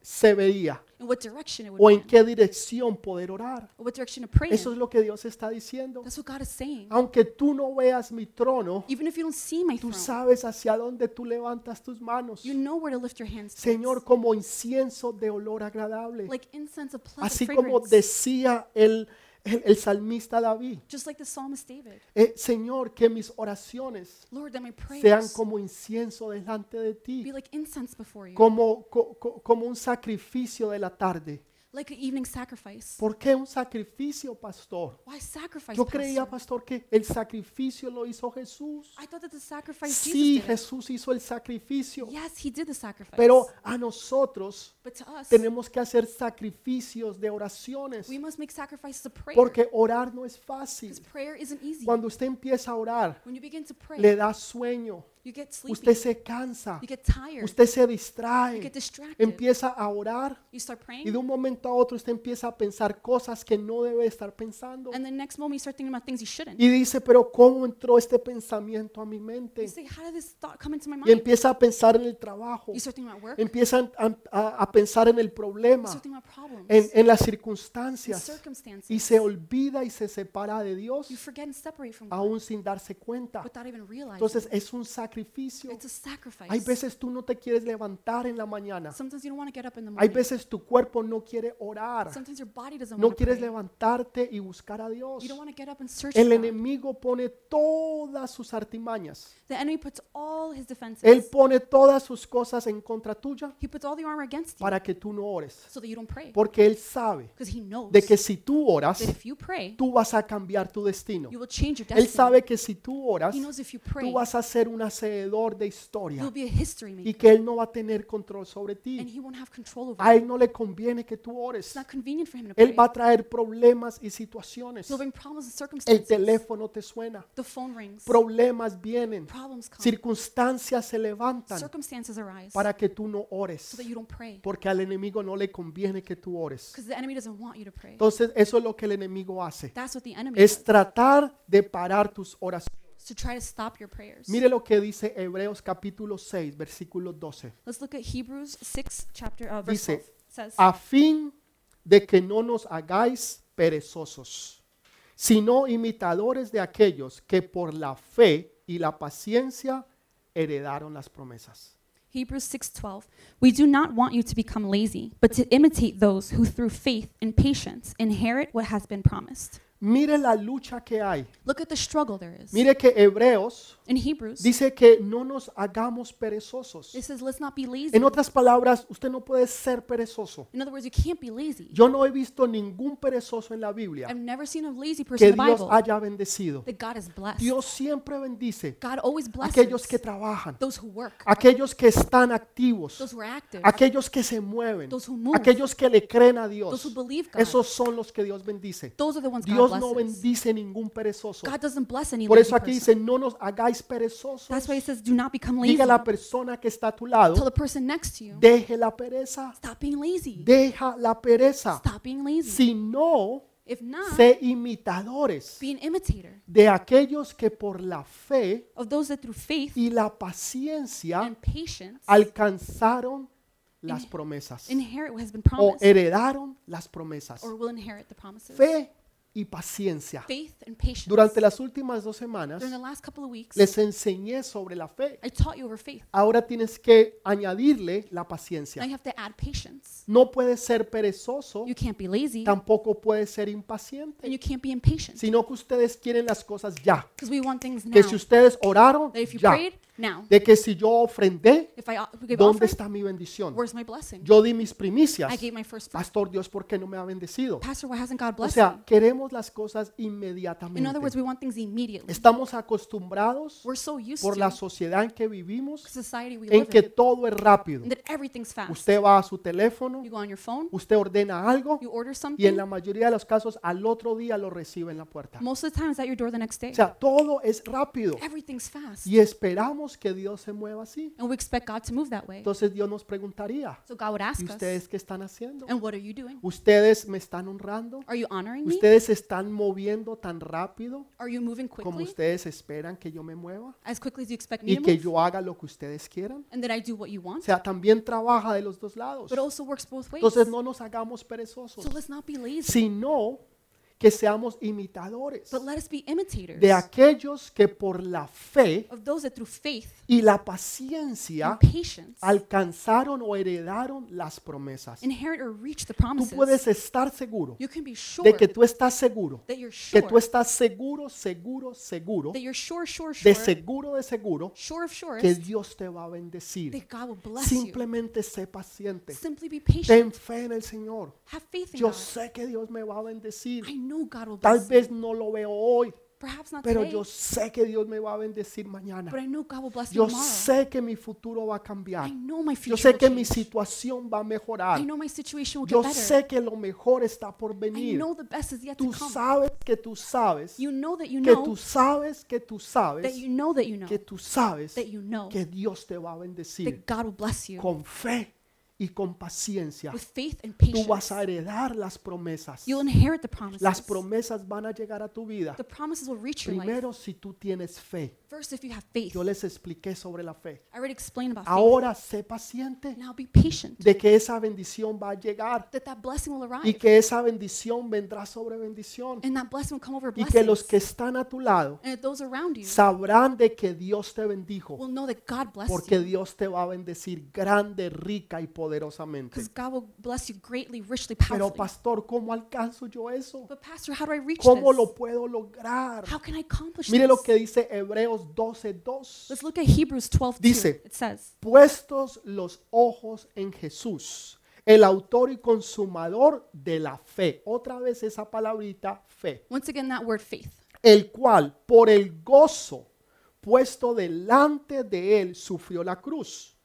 S1: se veía
S2: in what direction it would
S1: o en
S2: be, in,
S1: qué dirección poder orar.
S2: or what direction to pray
S1: Eso
S2: in.
S1: es lo que Dios está diciendo.
S2: That's what God is saying.
S1: Aunque tú no veas mi trono,
S2: Even if you don't see my
S1: tú
S2: throne,
S1: sabes hacia dónde tú levantas tus manos.
S2: you know where to lift your hands. to
S1: Señor, como incienso de olor agradable.
S2: like incense, a pleasant
S1: Así como
S2: fragrance,
S1: decía el, el, el salmista David,
S2: just like the psalmist David.
S1: eh, Señor, que mis oraciones
S2: Lord, that my prayers
S1: sean como incienso delante de ti,
S2: be like incense before you,
S1: como, co- co- como un sacrificio de la tarde.
S2: like an evening sacrifice.
S1: ¿Por qué un sacrificio, pastor?
S2: Why sacrifice?
S1: Yo creía,
S2: Pastor?
S1: pastor, que el sacrificio lo hizo Jesús.
S2: I thought that the sacrifice
S1: Sí,
S2: Jesus did. it.
S1: Jesús hizo el sacrificio,
S2: Yes, he did the sacrifice.
S1: pero a nosotros
S2: but to us,
S1: tenemos que hacer sacrificios de oraciones,
S2: we must make sacrifices of prayer.
S1: porque orar no es
S2: because
S1: fácil.
S2: prayer isn't easy.
S1: Cuando usted empieza a orar,
S2: when you begin to pray,
S1: le da sueño,
S2: you get sleepy.
S1: usted se cansa,
S2: you get tired.
S1: usted se
S2: you get
S1: distrae,
S2: distracted.
S1: empieza a orar
S2: you start
S1: y
S2: praying.
S1: de un momento a otro usted empieza a pensar cosas que no debe estar pensando.
S2: and the next moment, you start thinking about things you shouldn't.
S1: Y dice, pero ¿cómo entró este pensamiento a mi
S2: you
S1: mente?
S2: say, How did this thought come into my
S1: Y
S2: mind?
S1: empieza a pensar en el trabajo,
S2: you start thinking about work.
S1: empiezan a, a- a pensar en el
S2: you
S1: problema,
S2: start thinking about problems.
S1: en, en las
S2: and
S1: circunstancias,
S2: circumstances.
S1: y se olvida y se separa de Dios
S2: you forget and separate from God
S1: aún sin darse cuenta.
S2: without even realizing.
S1: Entonces es un sacrificio.
S2: it's a
S1: Hay
S2: sacrifice.
S1: veces tú no te quieres levantar en la mañana.
S2: Sometimes you don't want to get up in the
S1: Hay
S2: morning.
S1: veces tu cuerpo no quiere orar.
S2: Sometimes your body doesn't
S1: No
S2: want to
S1: quieres
S2: pray.
S1: levantarte y buscar a Dios.
S2: You don't want to get up and search
S1: El
S2: for God.
S1: enemigo pone todas sus artimañas.
S2: The enemy puts all his defenses.
S1: Él pone todas sus cosas en contra tuya
S2: he puts all the armor against you
S1: para que tú no ores.
S2: so that you don't pray.
S1: Porque Él sabe
S2: Because he knows
S1: de que si tú oras,
S2: that if you pray,
S1: tú vas a cambiar tu destino.
S2: you will change your destiny.
S1: Él sabe que si tú oras,
S2: he knows if you pray,
S1: tú vas a ser un hacedor de
S2: you'll
S1: historia
S2: be a history maker.
S1: y que Él no va a tener control sobre
S2: and
S1: ti.
S2: he won't have control over
S1: A
S2: you.
S1: Él no le conviene que tú ores.
S2: It's not convenient for him to pray.
S1: Él va a traer problemas y situaciones.
S2: He'll bring problems and
S1: El
S2: circumstances.
S1: teléfono te suena.
S2: the phone rings.
S1: Problemas vienen.
S2: problems come.
S1: Circunstancias se levantan
S2: circumstances arise
S1: para que tú no ores.
S2: so that you don't pray.
S1: Porque al enemigo no le conviene que tú ores.
S2: Because the enemy doesn't want you to pray.
S1: Entonces, eso es lo que el enemigo hace.
S2: That's what the enemy
S1: Es
S2: does,
S1: tratar de parar tus oraciones.
S2: is to try to stop your prayers.
S1: Mire lo que dice Hebreos capítulo 6, versículo 12.
S2: Let's look at Hebrews 6, chapter, uh, verse
S1: Dice, "Ah,
S2: 12. It says,
S1: A fin de que no nos hagáis perezosos, sino imitadores de aquellos que por la fe y la paciencia heredaron las promesas.
S2: Hebrews 6:12 We do not want you to become lazy, but to imitate those who through faith and patience inherit what has been promised.
S1: Mire la lucha que hay.
S2: Look at the struggle there is.
S1: Mire que Hebreos
S2: In Hebrews,
S1: dice que no nos hagamos perezosos.
S2: it says let's not be lazy.
S1: En otras palabras, usted no puede ser perezoso.
S2: In other words, you can't be lazy.
S1: Yo no he visto ningún perezoso en la Biblia
S2: I've never seen a lazy person
S1: que
S2: in the
S1: Dios
S2: Bible.
S1: haya bendecido.
S2: That God is blessed.
S1: Dios siempre bendice
S2: God always
S1: a
S2: blesses
S1: aquellos que trabajan,
S2: those who work,
S1: a aquellos que están
S2: those
S1: activos,
S2: who are active,
S1: a aquellos que se mueven,
S2: those who move,
S1: a aquellos que le creen a
S2: those who
S1: Dios.
S2: believe God.
S1: Esos son los que Dios bendice.
S2: those are the ones
S1: Dios
S2: God
S1: no
S2: blesses.
S1: bendice ningún perezoso.
S2: God doesn't bless any
S1: Por
S2: lazy
S1: eso aquí
S2: person.
S1: dice, no nos hagáis perezosos.
S2: That's why he says do not become lazy.
S1: Diga a la persona que está a tu lado,
S2: Tell the person next to you,
S1: deje la pereza,
S2: stop being lazy.
S1: deja la pereza.
S2: Stop being lazy.
S1: Si no,
S2: If not,
S1: sé imitadores
S2: be an imitator
S1: de aquellos que por la fe
S2: of those that through faith
S1: y la paciencia
S2: and patience
S1: alcanzaron las
S2: e-,
S1: promesas
S2: inherit what has been
S1: o
S2: promised
S1: heredaron las promesas.
S2: or will inherit the promises.
S1: Fe y paciencia.
S2: Faith and patience.
S1: Durante las últimas dos semanas
S2: During the last couple of weeks,
S1: les enseñé sobre la fe.
S2: I taught you over faith.
S1: Ahora tienes que añadirle la
S2: Now
S1: paciencia.
S2: you have to add patience.
S1: No puedes ser perezoso,
S2: You can't be lazy
S1: tampoco puedes ser
S2: and
S1: impaciente,
S2: you can't be impatient
S1: sino que ustedes quieren las cosas ya.
S2: because we want things now.
S1: Que si
S2: That
S1: ustedes oraron,
S2: if you
S1: ya.
S2: prayed, now.
S1: de que si yo ofrendé,
S2: If I o- give
S1: ¿dónde
S2: offering,
S1: está mi bendición?
S2: where's my blessing?
S1: Yo di mis primicias.
S2: I gave my first fruit.
S1: Pastor Dios, ¿por qué no me ha bendecido?
S2: Pastor, why hasn't God
S1: O
S2: blessed me?
S1: sea, queremos las cosas
S2: In other words,
S1: inmediatamente.
S2: we want things immediately.
S1: Estamos acostumbrados
S2: We're so used
S1: por la
S2: to
S1: sociedad en que vivimos,
S2: society we
S1: en
S2: live
S1: que
S2: in
S1: todo es rápido.
S2: and that everything's fast.
S1: Usted va a su teléfono,
S2: You go on your phone,
S1: usted ordena algo
S2: you order
S1: y en
S2: something,
S1: la mayoría de los casos al otro día lo recibe en la puerta.
S2: Most of the time, it's at your door the next day.
S1: O sea, todo es rápido
S2: Everything's fast.
S1: y esperamos esperamos que Dios se mueva así.
S2: And we expect God to move that way.
S1: Entonces Dios nos preguntaría,
S2: So God would
S1: ¿y
S2: ask us,
S1: ustedes qué están haciendo?
S2: and what are you doing?
S1: ¿Ustedes me están honrando?
S2: Are you honoring me?
S1: ¿Ustedes se están moviendo tan rápido
S2: Are you moving
S1: como
S2: quickly?
S1: ustedes esperan que yo me mueva?
S2: As quickly as you expect me
S1: Y
S2: to
S1: que
S2: move?
S1: yo haga lo que ustedes quieran.
S2: And that I do what you
S1: O
S2: want?
S1: sea, también trabaja de los dos lados.
S2: But it also works both ways.
S1: Entonces no nos hagamos perezosos,
S2: So let's not be lazy,
S1: sino que seamos imitadores
S2: but let us be imitators
S1: de aquellos que por la fe
S2: of those that through faith
S1: y la paciencia
S2: and patience
S1: alcanzaron o heredaron las promesas.
S2: inherit or reach the
S1: Tú
S2: promises.
S1: puedes estar seguro
S2: you can be sure
S1: de que tú estás seguro,
S2: that you're sure,
S1: que tú estás seguro, seguro, seguro,
S2: that you're sure, sure,
S1: de
S2: sure,
S1: seguro, de seguro,
S2: sure of sure
S1: que Dios te va a bendecir.
S2: that God will bless you.
S1: Simplemente sé paciente.
S2: Simply be patient.
S1: Ten fe en el Señor.
S2: Have faith in
S1: Yo
S2: God.
S1: sé que Dios me va a bendecir.
S2: I know God will
S1: Tal
S2: bless
S1: vez
S2: you.
S1: no lo veo hoy,
S2: Perhaps not
S1: pero
S2: today,
S1: yo sé que Dios me va a bendecir mañana.
S2: but I know God will bless you
S1: Yo
S2: tomorrow.
S1: sé que mi futuro va a
S2: I
S1: cambiar.
S2: know my
S1: Yo
S2: future
S1: sé que
S2: will
S1: mi
S2: change.
S1: situación va a mejorar.
S2: I know my situation will
S1: Yo
S2: get better.
S1: sé que lo mejor está por
S2: I
S1: venir.
S2: know the best is yet to
S1: Tú
S2: come.
S1: sabes que tú sabes,
S2: you know that you
S1: que
S2: know
S1: tú sabes, que tú
S2: that
S1: sabes,
S2: you know that you know
S1: que tú sabes
S2: that you know
S1: que Dios te va a bendecir
S2: that God will bless you
S1: con fe y con paciencia.
S2: with faith and
S1: Tú vas
S2: patience.
S1: a heredar las promesas.
S2: You'll inherit the promises.
S1: Las promesas van a llegar a tu vida.
S2: the promises will reach your life.
S1: Primero si tú tienes fe.
S2: First, if you have faith.
S1: Yo les expliqué sobre la fe.
S2: I already explained about
S1: Ahora sé paciente
S2: faith. Now be patient
S1: de que esa bendición va a llegar
S2: that that blessing will arrive
S1: y que esa bendición vendrá sobre bendición
S2: and that blessing will come over
S1: y
S2: blessings.
S1: que los que están a tu lado
S2: and that those around you
S1: sabrán de que Dios te bendijo
S2: will know that God blessed
S1: porque
S2: you
S1: Dios te va a bendecir grande, rica y poderosamente.
S2: because God will bless you greatly, richly,
S1: Pero
S2: powerfully.
S1: pastor, ¿cómo alcanzo yo eso?
S2: but pastor, how do I reach
S1: ¿Cómo
S2: this?
S1: lo puedo lograr?
S2: how can I accomplish
S1: Mire
S2: this?
S1: lo que dice Hebreos 12:2.
S2: Let's look at Hebrews 12.
S1: Dice,
S2: it says,
S1: puestos los ojos en Jesús, el autor y consumador de la fe. Otra vez esa palabrita fe,
S2: once again, that word faith.
S1: el cual por el gozo puesto delante de él sufrió la cruz,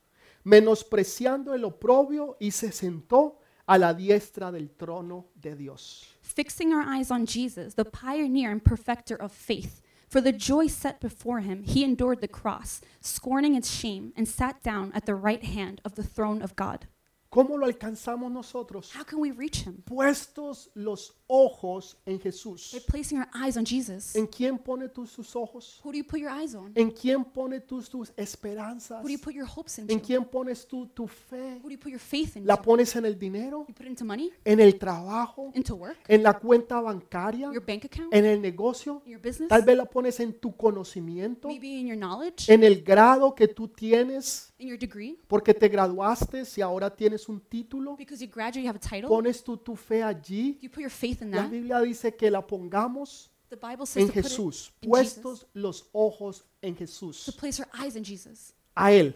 S1: menospreciando el oprobio y se sentó a la diestra del trono de Dios.
S2: Fixing our eyes on Jesus, the pioneer and perfecter of faith. For the joy set before him, he endured the cross, scorning its shame, and sat down at the right hand of the throne of God.
S1: ¿Cómo lo alcanzamos nosotros?
S2: How can we reach him?
S1: Puestos los ojos en Jesús.
S2: By placing our eyes on Jesus.
S1: ¿En quién pone tú sus ojos?
S2: Who do you put your eyes on?
S1: ¿En quién pones tus, tus esperanzas?
S2: Who do you put your hopes into?
S1: ¿En
S2: Who
S1: quién pones tú tu fe?
S2: do you put your faith into?
S1: ¿La pones en el dinero?
S2: You put it into money,
S1: ¿En el trabajo?
S2: into work,
S1: ¿En la cuenta bancaria?
S2: your bank account,
S1: ¿En el negocio?
S2: your business,
S1: Tal vez la pones en tu conocimiento,
S2: maybe in your knowledge,
S1: en el grado que tú tienes,
S2: in your degree,
S1: porque te graduaste y ahora tienes un título.
S2: because you graduate, you have a title.
S1: Pones tú tu fe allí.
S2: You put your faith in
S1: La
S2: that.
S1: Biblia dice que la pongamos
S2: The Bible says
S1: en
S2: to put it
S1: Jesús,
S2: in Jesus.
S1: puestos los ojos en
S2: to
S1: Jesús,
S2: place our eyes in Jesus.
S1: a Él.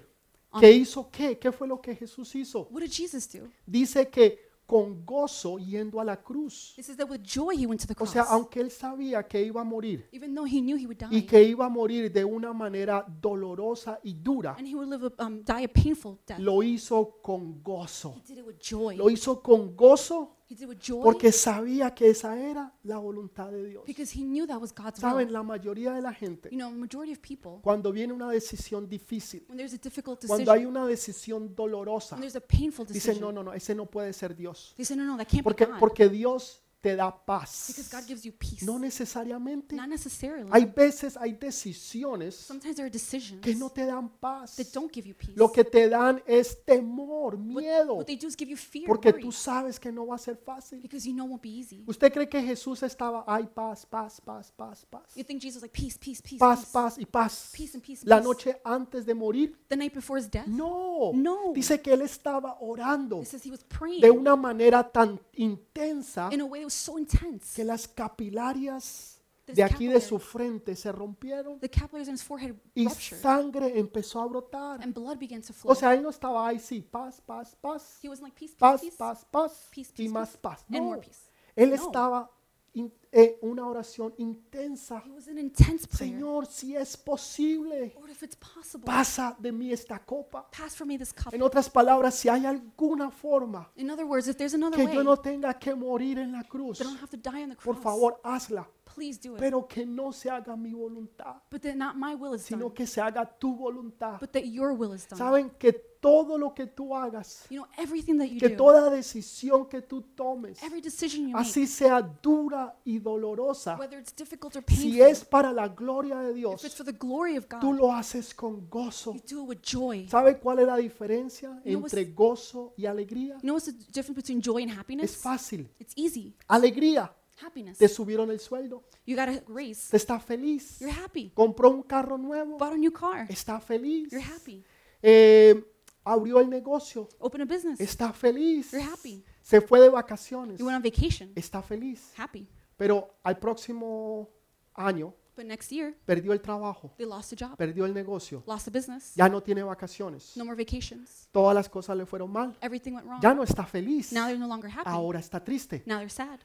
S1: ¿Qué hizo qué? ¿Qué fue lo que Jesús hizo?
S2: What did Jesus do?
S1: dice que con gozo yendo a la cruz.
S2: It says that with joy he went to the
S1: O
S2: cross.
S1: sea, aunque él sabía que iba a morir
S2: even though he knew he would die,
S1: y que iba a morir de una manera dolorosa y dura,
S2: and he would live a, um, die a painful death,
S1: lo hizo con gozo.
S2: he did it with joy.
S1: Lo hizo con gozo
S2: he did it with joy
S1: porque sabía que esa era la voluntad de Dios.
S2: because he knew that was God's
S1: Saben,
S2: will.
S1: la mayoría de la gente,
S2: You know, majority of people,
S1: cuando viene una decisión difícil,
S2: when there's a difficult decision,
S1: cuando hay una decisión dolorosa,
S2: when there's a painful
S1: dicen,
S2: decision,
S1: no, no, no, ese no puede ser Dios.
S2: they say, no, no, that can't
S1: Porque,
S2: be God.
S1: porque Dios te da
S2: because
S1: paz.
S2: God gives you peace.
S1: No necesariamente.
S2: Not necessarily.
S1: Hay veces, hay decisiones
S2: Sometimes there are decisions
S1: que no te dan paz.
S2: that don't give you peace.
S1: Lo que te dan es temor,
S2: what,
S1: miedo,
S2: what they do is give you fear,
S1: porque
S2: worry,
S1: tú sabes que no va a ser fácil.
S2: because you know it won't be easy.
S1: ¿Usted cree que Jesús estaba, ay, paz, paz, paz, paz, paz,
S2: You think Jesus like peace, peace, peace,
S1: paz,
S2: peace,
S1: paz y paz
S2: peace and peace. and
S1: la
S2: peace.
S1: noche antes de morir?
S2: the night before his death.
S1: No,
S2: No.
S1: dice que él estaba orando
S2: It says he was praying
S1: de una manera tan intensa
S2: in a way that was so intense.
S1: que las capilarias
S2: This
S1: de aquí de su
S2: capillary-
S1: frente se rompieron
S2: The capillaries on his forehead
S1: y
S2: ruptured
S1: sangre empezó a brotar.
S2: and blood began to flow.
S1: O sea, él no estaba ahí, sí, paz, paz, paz,
S2: he was like peace, peace,
S1: paz,
S2: peace,
S1: paz, paz
S2: peace,
S1: y
S2: peace,
S1: más
S2: peace,
S1: paz.
S2: and
S1: No,
S2: more peace.
S1: él
S2: No.
S1: estaba en una oración intensa.
S2: It was an intense prayer.
S1: Señor, si es posible,
S2: Lord, if it's possible,
S1: pasa de mí esta copa.
S2: pass for me this cup.
S1: En otras palabras, si hay alguna forma
S2: In other words, if there's another
S1: que
S2: way,
S1: yo no tenga que morir en la cruz,
S2: that I don't have to die on the cross, Pues.
S1: por favor, hazla.
S2: Please do it.
S1: pero que no se haga mi voluntad,
S2: But that not my will is done,
S1: sino que se haga tu voluntad.
S2: but that your will is done.
S1: Saben que todo lo que tú hagas,
S2: You know, everything that you
S1: que
S2: do,
S1: toda decisión que tú tomes,
S2: every decision you make,
S1: así sea dura y dolorosa,
S2: whether it's difficult or
S1: si
S2: painful,
S1: es para la gloria de
S2: if it's
S1: Dios,
S2: for the glory of God,
S1: tú lo haces con gozo.
S2: you do it with joy.
S1: ¿Sabe cuál es la diferencia
S2: You know what's-
S1: entre gozo y alegría?
S2: You know what's the difference between joy and
S1: Es
S2: happiness?
S1: fácil.
S2: It's easy.
S1: Alegría.
S2: Happiness.
S1: Te subieron el sueldo.
S2: You got a raise.
S1: Te está feliz.
S2: You're happy.
S1: Compró un carro nuevo.
S2: Bought a new car.
S1: Está feliz.
S2: You're happy.
S1: Eh, abrió el negocio.
S2: Open a business.
S1: Está feliz.
S2: You're happy.
S1: Se fue de vacaciones.
S2: You went on vacation.
S1: Está feliz.
S2: Happy.
S1: Pero al próximo año
S2: But next year,
S1: perdió el trabajo.
S2: they lost a job,
S1: Perdió el negocio.
S2: lost a business,
S1: Ya no tiene vacaciones.
S2: no more vacations.
S1: Todas las cosas le fueron mal.
S2: Everything went wrong.
S1: Ya no está feliz.
S2: Now they're no longer happy.
S1: Ahora está triste.
S2: Now they're sad.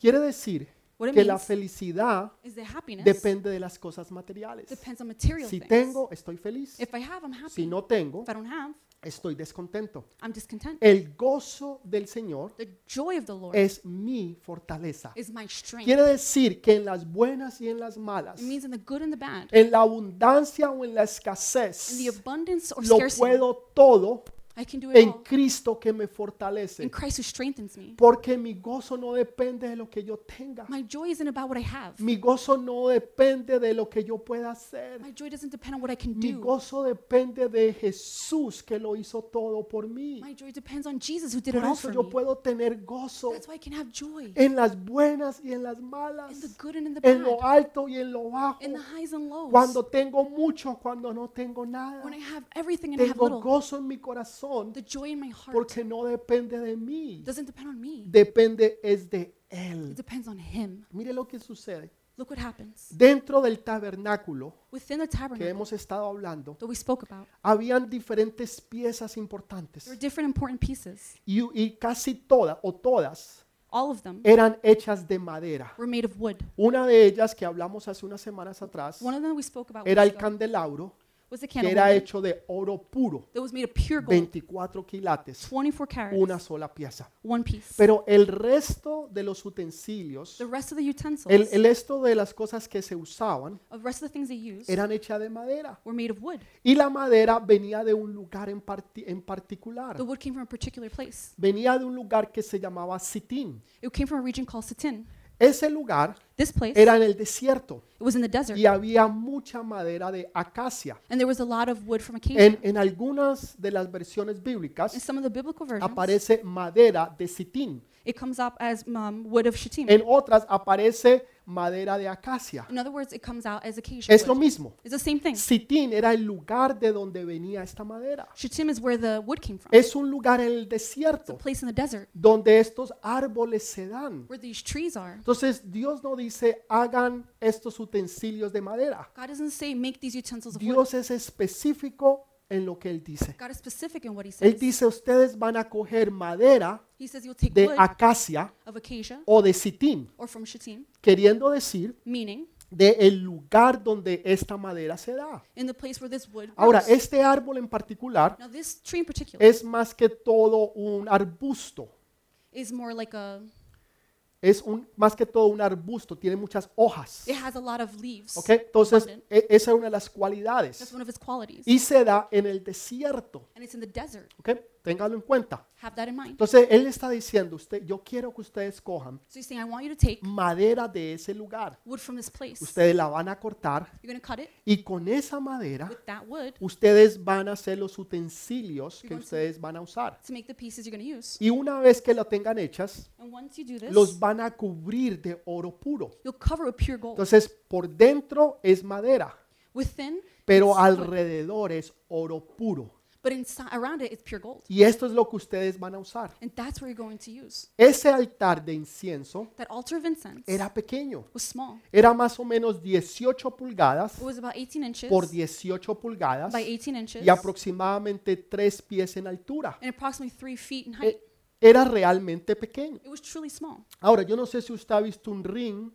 S1: Quiere decir
S2: What it
S1: que la
S2: means
S1: felicidad
S2: is that happiness
S1: depende de las cosas materiales.
S2: depends on material
S1: Si
S2: things.
S1: tengo, estoy feliz.
S2: If I have, I'm happy.
S1: Si no tengo,
S2: If I don't have,
S1: estoy descontento.
S2: I'm discontent.
S1: El gozo del Señor
S2: The joy of the Lord
S1: es mi fortaleza.
S2: is my strength.
S1: eh, Quiere decir que en las buenas y en las malas,
S2: It means in the good and the bad,
S1: en la abundancia o en la
S2: in the
S1: escasez,
S2: abundance or
S1: lo
S2: scarcity,
S1: puedo todo
S2: I can do it
S1: en
S2: all
S1: Cristo que me
S2: in
S1: fortalece.
S2: Christ who strengthens me.
S1: Porque mi gozo no depende de lo que yo tenga.
S2: My joy isn't about what I have.
S1: Mi gozo no depende de lo que yo pueda hacer.
S2: My joy doesn't depend on what I can
S1: Mi
S2: do.
S1: gozo depende de Jesús que lo hizo todo por mí.
S2: My joy depends on Jesus who did
S1: Por
S2: it all
S1: eso
S2: for
S1: yo
S2: me.
S1: puedo tener gozo
S2: That's why I can have joy
S1: en las buenas y en las
S2: in the
S1: malas,
S2: good and in the
S1: en lo
S2: bad,
S1: alto y en lo bajo,
S2: in the highs and lows.
S1: cuando tengo mucho, cuando no tengo nada.
S2: When I have everything and I have
S1: Tengo
S2: little,
S1: gozo en mi corazón
S2: the joy in my heart
S1: porque no depende de mí,
S2: doesn't depend on me.
S1: depende es de
S2: It
S1: Él.
S2: depends on Him.
S1: Mire lo que sucede.
S2: Look what happens.
S1: Dentro del tabernáculo
S2: Within the
S1: que
S2: tabernacle
S1: hemos estado hablando,
S2: that we spoke about,
S1: habían diferentes piezas
S2: there
S1: importantes.
S2: were different important pieces.
S1: y, y casi todas o todas
S2: All of them
S1: eran hechas de madera.
S2: were made of wood.
S1: Una de ellas que hablamos hace unas semanas atrás
S2: One of them we spoke about
S1: era
S2: weeks
S1: el
S2: ago
S1: candelabro
S2: was the
S1: que era
S2: candle
S1: hecho de oro puro,
S2: that was made of pure gold,
S1: 24 quilates,
S2: 24 carats,
S1: una sola pieza.
S2: one piece.
S1: Pero el resto de los utensilios,
S2: The rest of the
S1: el,
S2: utensils,
S1: el resto de las cosas que se usaban
S2: the rest of the things they used,
S1: eran hechas de madera.
S2: were made of wood.
S1: Y la madera venía de un lugar en, parti- en
S2: The
S1: particular.
S2: wood came from a particular place.
S1: Venía de un lugar que se llamaba Sitín.
S2: It came from a region called Sittin.
S1: Ese lugar
S2: This place,
S1: era en el desierto.
S2: it was in the desert,
S1: y había mucha madera de acacia.
S2: and there was a lot of wood from acacia.
S1: En, en algunas de las versiones
S2: in
S1: bíblicas
S2: some of the biblical versions,
S1: aparece madera de sitín,
S2: it comes up as um, wood of shittim.
S1: en otras aparece madera de acacia.
S2: in other words, it comes out as acacia
S1: Es lo
S2: wood.
S1: mismo.
S2: It's the same thing.
S1: Sitín era el lugar de donde venía esta madera.
S2: Shittim is where the wood came from.
S1: Es un lugar en el
S2: it's a
S1: desierto
S2: place in the desert
S1: donde estos árboles se dan.
S2: where these trees are.
S1: Entonces Dios no dice hagan estos utensilios de madera.
S2: God doesn't say make these utensils of wood.
S1: Dios es específico en lo que Él dice.
S2: God is specific in what He
S1: Él
S2: says.
S1: dice ustedes van a coger madera
S2: he says you'll take
S1: de
S2: wood
S1: acacia
S2: of acacia
S1: o de sitín,
S2: or from shittim,
S1: queriendo decir
S2: meaning
S1: de el lugar donde esta madera se da.
S2: in the place where this wood.
S1: Ahora,
S2: grows.
S1: este árbol en particular
S2: now this tree in particular
S1: es más que todo un arbusto,
S2: is more like a.
S1: es un, más que todo un arbusto, tiene muchas hojas.
S2: It has a lot of leaves.
S1: ¿ok? Entonces,
S2: abundant.
S1: e- esa es una de las
S2: That's
S1: cualidades.
S2: one of its qualities.
S1: Y se da en el desierto,
S2: and it's in the desert.
S1: ¿ok? Téngalo en cuenta.
S2: Have that in mind.
S1: Entonces, él está diciendo, usted, yo quiero que ustedes cojan
S2: So he's saying, I want you to take
S1: madera de ese lugar.
S2: wood from this place.
S1: Ustedes la van a cortar
S2: You're going to cut it
S1: y con esa madera
S2: with that wood
S1: ustedes van a hacer los utensilios que ustedes van a usar.
S2: to make the pieces you're going to use.
S1: Y una vez que lo tengan hechas,
S2: And once you do this,
S1: los van a cubrir de oro puro.
S2: you'll cover with pure gold.
S1: Entonces, por dentro es madera,
S2: Within,
S1: pero
S2: it's wood,
S1: alrededor es oro puro.
S2: but inside, around it, it's pure gold.
S1: Y esto es lo que ustedes van a usar.
S2: And that's where you're going to use.
S1: Ese altar de incienso
S2: That altar of incense
S1: era pequeño.
S2: was small.
S1: Era más o menos 18 pulgadas
S2: It was about 18 inches
S1: por 18 pulgadas
S2: Pues, by 18 inches
S1: y approximadamente 3 pies en altura.
S2: and approximately 3 feet in height.
S1: E- Era realmente pequeño.
S2: It was truly small.
S1: Ahora, yo no sé si usted ha visto un ring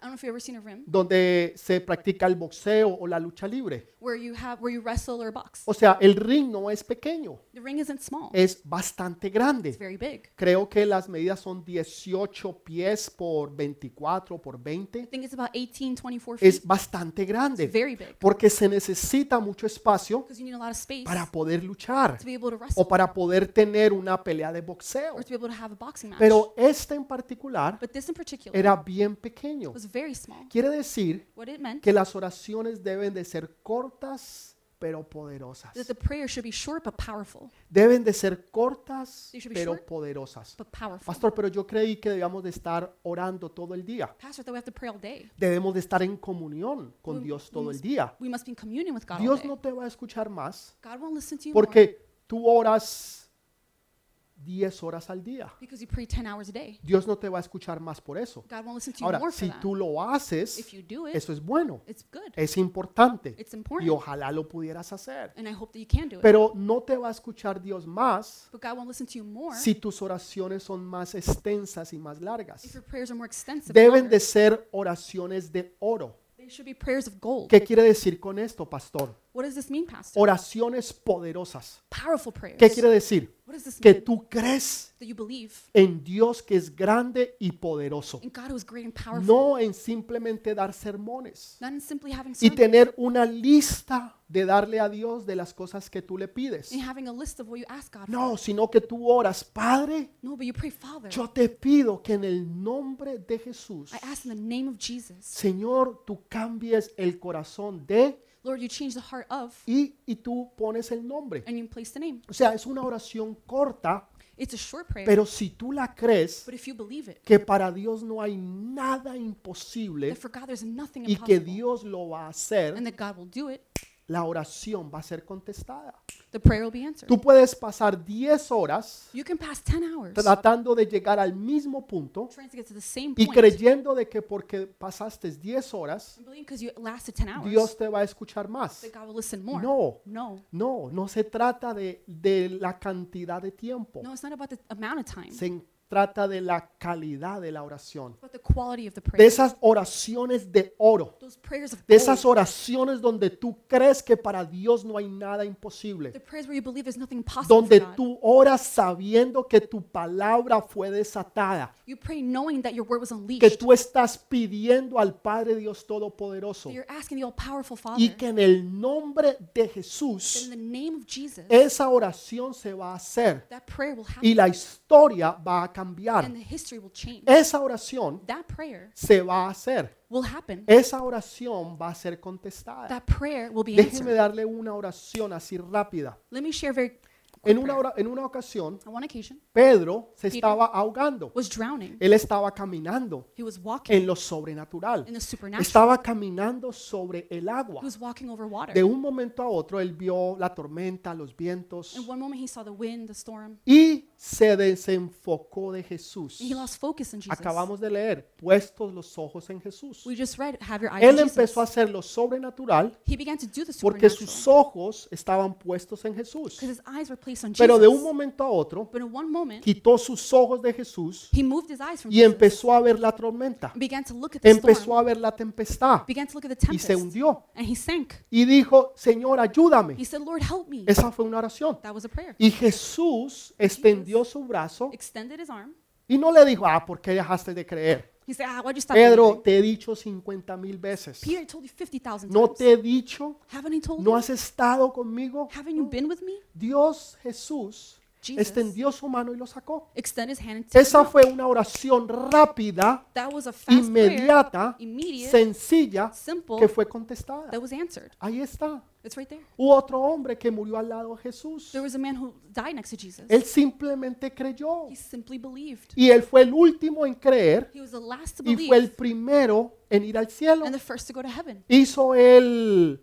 S2: I don't know if you've ever seen a rim
S1: donde se practica el boxeo o la lucha libre.
S2: where you have where you wrestle or box.
S1: O sea, el ring no es pequeño,
S2: The ring isn't small.
S1: es bastante grande.
S2: It's very big.
S1: Creo que las medidas son 18 pies por 24 por
S2: I
S1: 20.
S2: think it's about 18, 24 feet.
S1: Es bastante grande
S2: very big
S1: porque se necesita mucho espacio
S2: because you need a lot of space
S1: para Oh, poder luchar
S2: to be able to wrestle
S1: o para poder tener una pelea de boxeo.
S2: or to be able to have a boxing match.
S1: Pero este en particular
S2: but this in particular
S1: era bien pequeño.
S2: was very small.
S1: Quiere decir
S2: What it meant
S1: que las oraciones deben de ser cortas pero poderosas.
S2: that the prayer should be short but powerful,
S1: Deben de ser cortas
S2: They should be
S1: pero
S2: short.
S1: poderosas.
S2: but powerful.
S1: Pastor, pero yo creí que debíamos de estar orando todo el día.
S2: Pastor, that we have to pray all day.
S1: Debemos de estar en comunión con
S2: We-
S1: Dios
S2: we
S1: todo el
S2: must-
S1: día.
S2: We must be in communion with God all
S1: Dios
S2: day.
S1: no te va a escuchar más
S2: God won't listen to you more
S1: porque tú oras 10 horas al día.
S2: because you pray 10 hours a day.
S1: Dios no te va a escuchar más por eso.
S2: God won't listen to you
S1: Ahora,
S2: more for
S1: si
S2: that.
S1: tú lo haces,
S2: if you do it,
S1: eso es eh, bueno,
S2: it's good.
S1: es importante
S2: It's important.
S1: y ojalá lo pudieras hacer.
S2: and I hope that you can do it.
S1: Pero no te va a escuchar Dios más
S2: but God won't listen to you more
S1: si tus oraciones son más extensas y más
S2: if
S1: largas.
S2: your prayers are more extensive. and
S1: Deben de
S2: longer.
S1: ser oraciones de oro.
S2: they should be prayers of gold.
S1: ¿Qué quiere decir con esto, pastor?
S2: What does this mean, Pastor?
S1: Oraciones poderosas.
S2: Powerful prayers.
S1: ¿Qué quiere decir?
S2: what does this
S1: Que
S2: mean?
S1: tú crees
S2: that you believe
S1: en Dios que es grande y poderoso.
S2: in God who is great and powerful,
S1: No en simplemente dar sermones
S2: not in simply having
S1: y
S2: sermons
S1: tener una lista de darle a Dios de las cosas que tú le pides.
S2: and having a list of what you ask God
S1: No, sino que tú oras, Padre,
S2: for. No, but you pray, Father,
S1: yo te pido que en el nombre de Jesús,
S2: I ask in the name of Jesus.
S1: Señor, tú cambies el corazón de
S2: Lord, you change the heart of,
S1: y, y tú pones el nombre.
S2: and you place the name.
S1: O sea, es una oración corta,
S2: It's a short prayer,
S1: pero si tú la crees,
S2: but if you believe it,
S1: que para Dios no hay nada imposible
S2: that for God there's nothing
S1: y que
S2: impossible,
S1: Dios lo va a hacer,
S2: and that God will do it,
S1: la oración va a ser contestada.
S2: the prayer will be answered.
S1: Tú puedes pasar 10 horas
S2: You can pass 10 hours
S1: tratando de llegar al mismo punto
S2: trying to get to the same
S1: y
S2: point and
S1: creyendo de que porque pasaste 10 horas,
S2: believing because you lasted 10 hours
S1: Dios te va a escuchar más.
S2: that God will listen more.
S1: No,
S2: No.
S1: no, no se trata de, de la cantidad de tiempo,
S2: No, it's not about the amount of time, it's
S1: se trata de la calidad de la oración,
S2: about the quality of the prayer.
S1: de esas oraciones de oro.
S2: Those prayers of
S1: de
S2: gold.
S1: esas oraciones donde tú crees que para Dios no hay nada imposible,
S2: The prayers where you believe there's nothing impossible for
S1: donde
S2: God.
S1: tú oras sabiendo que tu palabra fue desatada,
S2: You pray knowing that your word was unleashed.
S1: que tú estás pidiendo al Padre Dios Todopoderoso
S2: that you're asking the all-powerful Father.
S1: y que en el nombre de
S2: that in
S1: Jesús
S2: the name of Jesus,
S1: esa oración se va a hacer
S2: that prayer will happen.
S1: Eh, y Eh, la historia va a cambiar.
S2: and the history will change.
S1: Esa oración
S2: that prayer
S1: se va a hacer,
S2: will happen.
S1: esa oración va a ser contestada.
S2: that prayer will be
S1: Déjeme
S2: answered.
S1: darle una oración así rápida.
S2: Let me share very quick
S1: En una,
S2: prayer.
S1: ora- en una ocasión,
S2: On one occasion,
S1: Pedro se
S2: Peter.
S1: estaba ahogando.
S2: was drowning.
S1: Él estaba caminando
S2: He was walking
S1: Eh, en lo sobrenatural.
S2: in the supernatural.
S1: Estaba caminando sobre el agua.
S2: He was walking over water.
S1: De un momento a otro, él vio la tormenta, los vientos
S2: In one moment, he saw the wind, the storm,
S1: y se desenfocó de Jesús.
S2: and he lost focus in Jesus.
S1: Acabamos de leer, puestos los ojos en Jesús.
S2: We just read, "Have your eyes on
S1: Él
S2: Jesus."
S1: empezó a hacer lo sobrenatural
S2: He began to do the
S1: porque
S2: supernatural
S1: sus ojos estaban puestos en Jesús.
S2: because his eyes were placed on
S1: Pero
S2: Jesus.
S1: de un momento a otro,
S2: But in one moment,
S1: quitó sus ojos de Jesús
S2: he moved his eyes from
S1: y
S2: Jesus
S1: empezó a ver la tormenta.
S2: and began to look at the storm,
S1: empezó a ver la tempestad
S2: began to look at the
S1: y se
S2: tempest,
S1: hundió
S2: and he sank.
S1: y dijo, Señor, ayúdame.
S2: He said, Lord, help me.
S1: Esa fue una oración.
S2: That was a prayer.
S1: Y Jesús extendió su brazo
S2: Extended his arm.
S1: y no le dijo, ah, ¿por qué dejaste de creer?
S2: He said, ah, why'd you stop
S1: Pedro,
S2: believing?
S1: te he dicho 50 mil veces.
S2: Peter, I told you 50,000
S1: No
S2: times.
S1: te he dicho,
S2: Haven't I told
S1: no
S2: you?
S1: has estado conmigo.
S2: Haven't you been with me?
S1: Dios Jesús
S2: Jesus.
S1: extendió su mano y lo sacó.
S2: Extend his hand and take
S1: Esa
S2: him out.
S1: fue una oración rápida,
S2: That was a fast prayer,
S1: inmediata,
S2: immediate,
S1: sencilla,
S2: simple,
S1: que fue contestada.
S2: that was answered.
S1: Ahí está.
S2: It's right there.
S1: U otro hombre que murió al lado de Jesús.
S2: There was a man who died next to Jesus.
S1: Él simplemente creyó.
S2: He simply believed.
S1: Y él fue el último en creer
S2: He was the last to
S1: y fue el
S2: believe
S1: primero en ir al cielo.
S2: and the first to go to heaven.
S1: Hizo el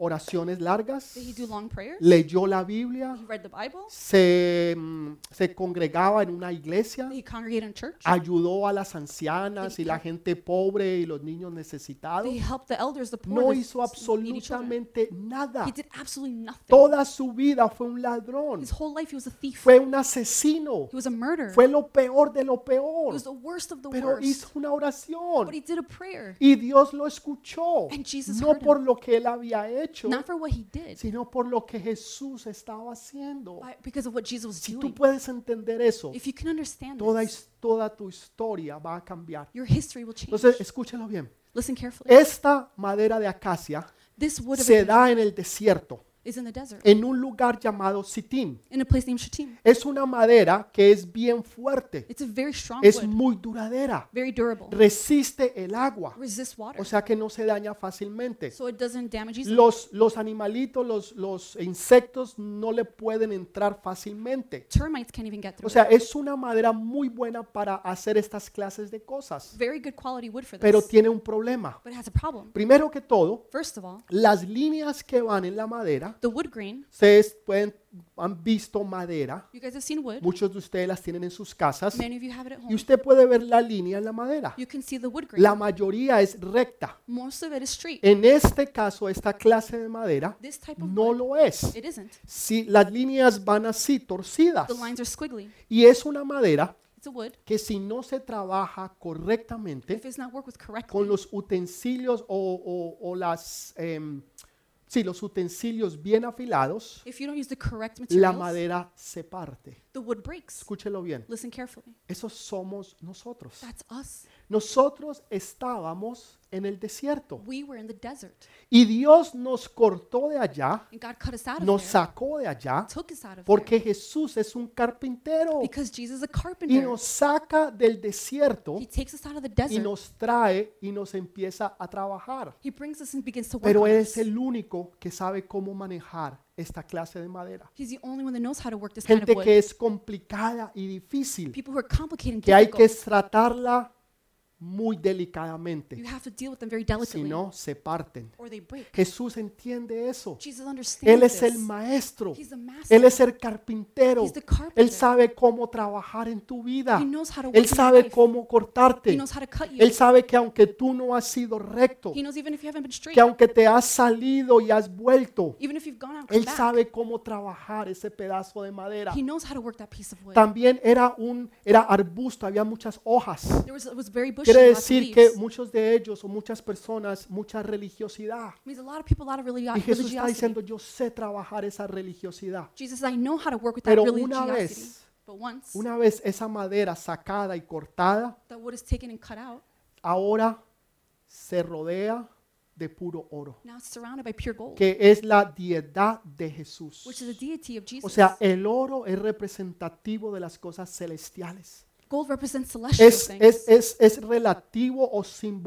S1: oraciones largas,
S2: Did he do long prayers?
S1: leyó la Biblia,
S2: He read the Bible?
S1: se, mm, se congregaba en una iglesia,
S2: Did he congregate in church?
S1: ayudó a las ancianas y la gente pobre y los niños necesitados.
S2: Did he help the elders, the poor,
S1: No
S2: the
S1: hizo
S2: s- needy children?
S1: absolutamente nada.
S2: He did absolutely nothing.
S1: Toda su vida fue un ladrón,
S2: His whole life he was a thief.
S1: fue un asesino,
S2: He was a murderer.
S1: fue lo peor de lo
S2: He
S1: peor.
S2: was the worst of the
S1: Pero
S2: worst.
S1: hizo una oración
S2: But he did a prayer.
S1: y Dios lo escuchó,
S2: And Jesus
S1: no
S2: heard him.
S1: por lo que él había hecho,
S2: Not for what he did,
S1: sino por lo que Jesús estaba haciendo.
S2: but because of what Jesus was
S1: Si tú
S2: doing.
S1: puedes entender eso,
S2: If you can understand
S1: toda,
S2: this,
S1: his- toda tu historia va a cambiar.
S2: your history will change.
S1: Entonces, escúchalo bien.
S2: Listen carefully.
S1: Esta madera de acacia
S2: This wood of
S1: se
S2: Eden
S1: da en el desierto,
S2: is in the desert,
S1: en un lugar llamado Sittim.
S2: in a place named Shittim.
S1: Es una madera que es bien fuerte,
S2: It's a very strong
S1: es
S2: wood,
S1: muy duradera,
S2: very durable,
S1: resiste el agua,
S2: resists water,
S1: o sea que no se daña fácilmente.
S2: so it doesn't damage easily.
S1: Los, los animalitos, los, los insectos no le pueden entrar fácilmente.
S2: Termites can't even get through
S1: O
S2: it.
S1: sea, es una madera muy buena para hacer estas clases de cosas,
S2: Very good quality wood for
S1: pero
S2: this,
S1: tiene un problema.
S2: but it has a problem.
S1: Primero que todo,
S2: First of all,
S1: las líneas que van en la madera,
S2: the wood grain,
S1: ustedes pueden, han visto madera,
S2: you guys have seen wood.
S1: muchos de ustedes las tienen en sus casas,
S2: Many of you have it at
S1: y
S2: home.
S1: usted puede ver la línea en la madera.
S2: You can see the wood grain.
S1: La mayoría es recta.
S2: Most of it is straight.
S1: En este caso, esta clase de madera
S2: This type of
S1: no
S2: wood,
S1: lo es.
S2: it isn't.
S1: Si las líneas van así, torcidas,
S2: The lines are squiggly.
S1: y es una madera
S2: It's a wood.
S1: que si no se trabaja correctamente
S2: If it's not worked with correctly,
S1: con los utensilios o, o- o las, em, sí, los utensilios bien afilados,
S2: If you don't use the correct
S1: la
S2: materials,
S1: madera se parte.
S2: the wood breaks.
S1: Escúchelo bien.
S2: Listen carefully.
S1: Esos somos nosotros.
S2: That's us.
S1: Nosotros estábamos en el desierto
S2: We were in the desert,
S1: y Dios nos cortó de allá,
S2: and God cut us out of
S1: nos
S2: there,
S1: sacó de allá,
S2: took us out of there,
S1: porque Jesús es un carpintero
S2: because Jesus is a
S1: y
S2: carpenter.
S1: nos saca del desierto
S2: He takes us out of the
S1: y
S2: desert.
S1: nos trae y nos empieza a trabajar.
S2: He brings us and begins to work
S1: Pero
S2: on
S1: Él es
S2: us.
S1: el único que sabe cómo manejar esta clase de madera.
S2: He's the only one that knows how to work this kind
S1: Gente
S2: of
S1: que
S2: wood.
S1: es complicada y difícil,
S2: People who are complicated and
S1: que hay que
S2: difficult,
S1: tratarla muy
S2: you
S1: delicadamente,
S2: have to deal with them very
S1: si
S2: delicately,
S1: no se parten.
S2: or they break.
S1: Jesús entiende eso.
S2: Jesus
S1: Él
S2: understands
S1: es el
S2: this.
S1: maestro,
S2: He's the master.
S1: Él es el carpintero,
S2: He's the carpenter.
S1: Él sabe cómo trabajar en tu vida,
S2: He knows how to work in
S1: Él
S2: your
S1: sabe
S2: life.
S1: cómo
S2: He
S1: cortarte,
S2: knows how to cut you.
S1: Él sabe que aunque tú no has sido recto,
S2: He knows even if you haven't been straight,
S1: que aunque te has salido y has vuelto,
S2: even if you've gone out and
S1: Él
S2: come back,
S1: sabe cómo trabajar ese pedazo de madera.
S2: he knows how to work that piece of wood.
S1: También era un era arbusto, había muchas hojas.
S2: There was, it was very bushy.
S1: Quiere
S2: lots of
S1: decir que
S2: leaves.
S1: muchos de ellos o muchas personas, mucha religiosidad.
S2: means a lot of people, a lot of religio-
S1: Y Jesús está
S2: religiosity.
S1: diciendo, yo sé trabajar esa religiosidad.
S2: Jesus, I know how to work with that
S1: Pero una
S2: religiosity.
S1: vez,
S2: but once
S1: una vez esa madera sacada y cortada,
S2: that wood is taken and cut out,
S1: ahora se rodea de puro oro,
S2: now it's surrounded by pure gold,
S1: que es la deidad de
S2: which is
S1: Jesús.
S2: a deity of Jesus.
S1: O sea, el oro es representativo de las cosas celestiales.
S2: gold represents celestial
S1: es,
S2: things,
S1: es, es, es relativo o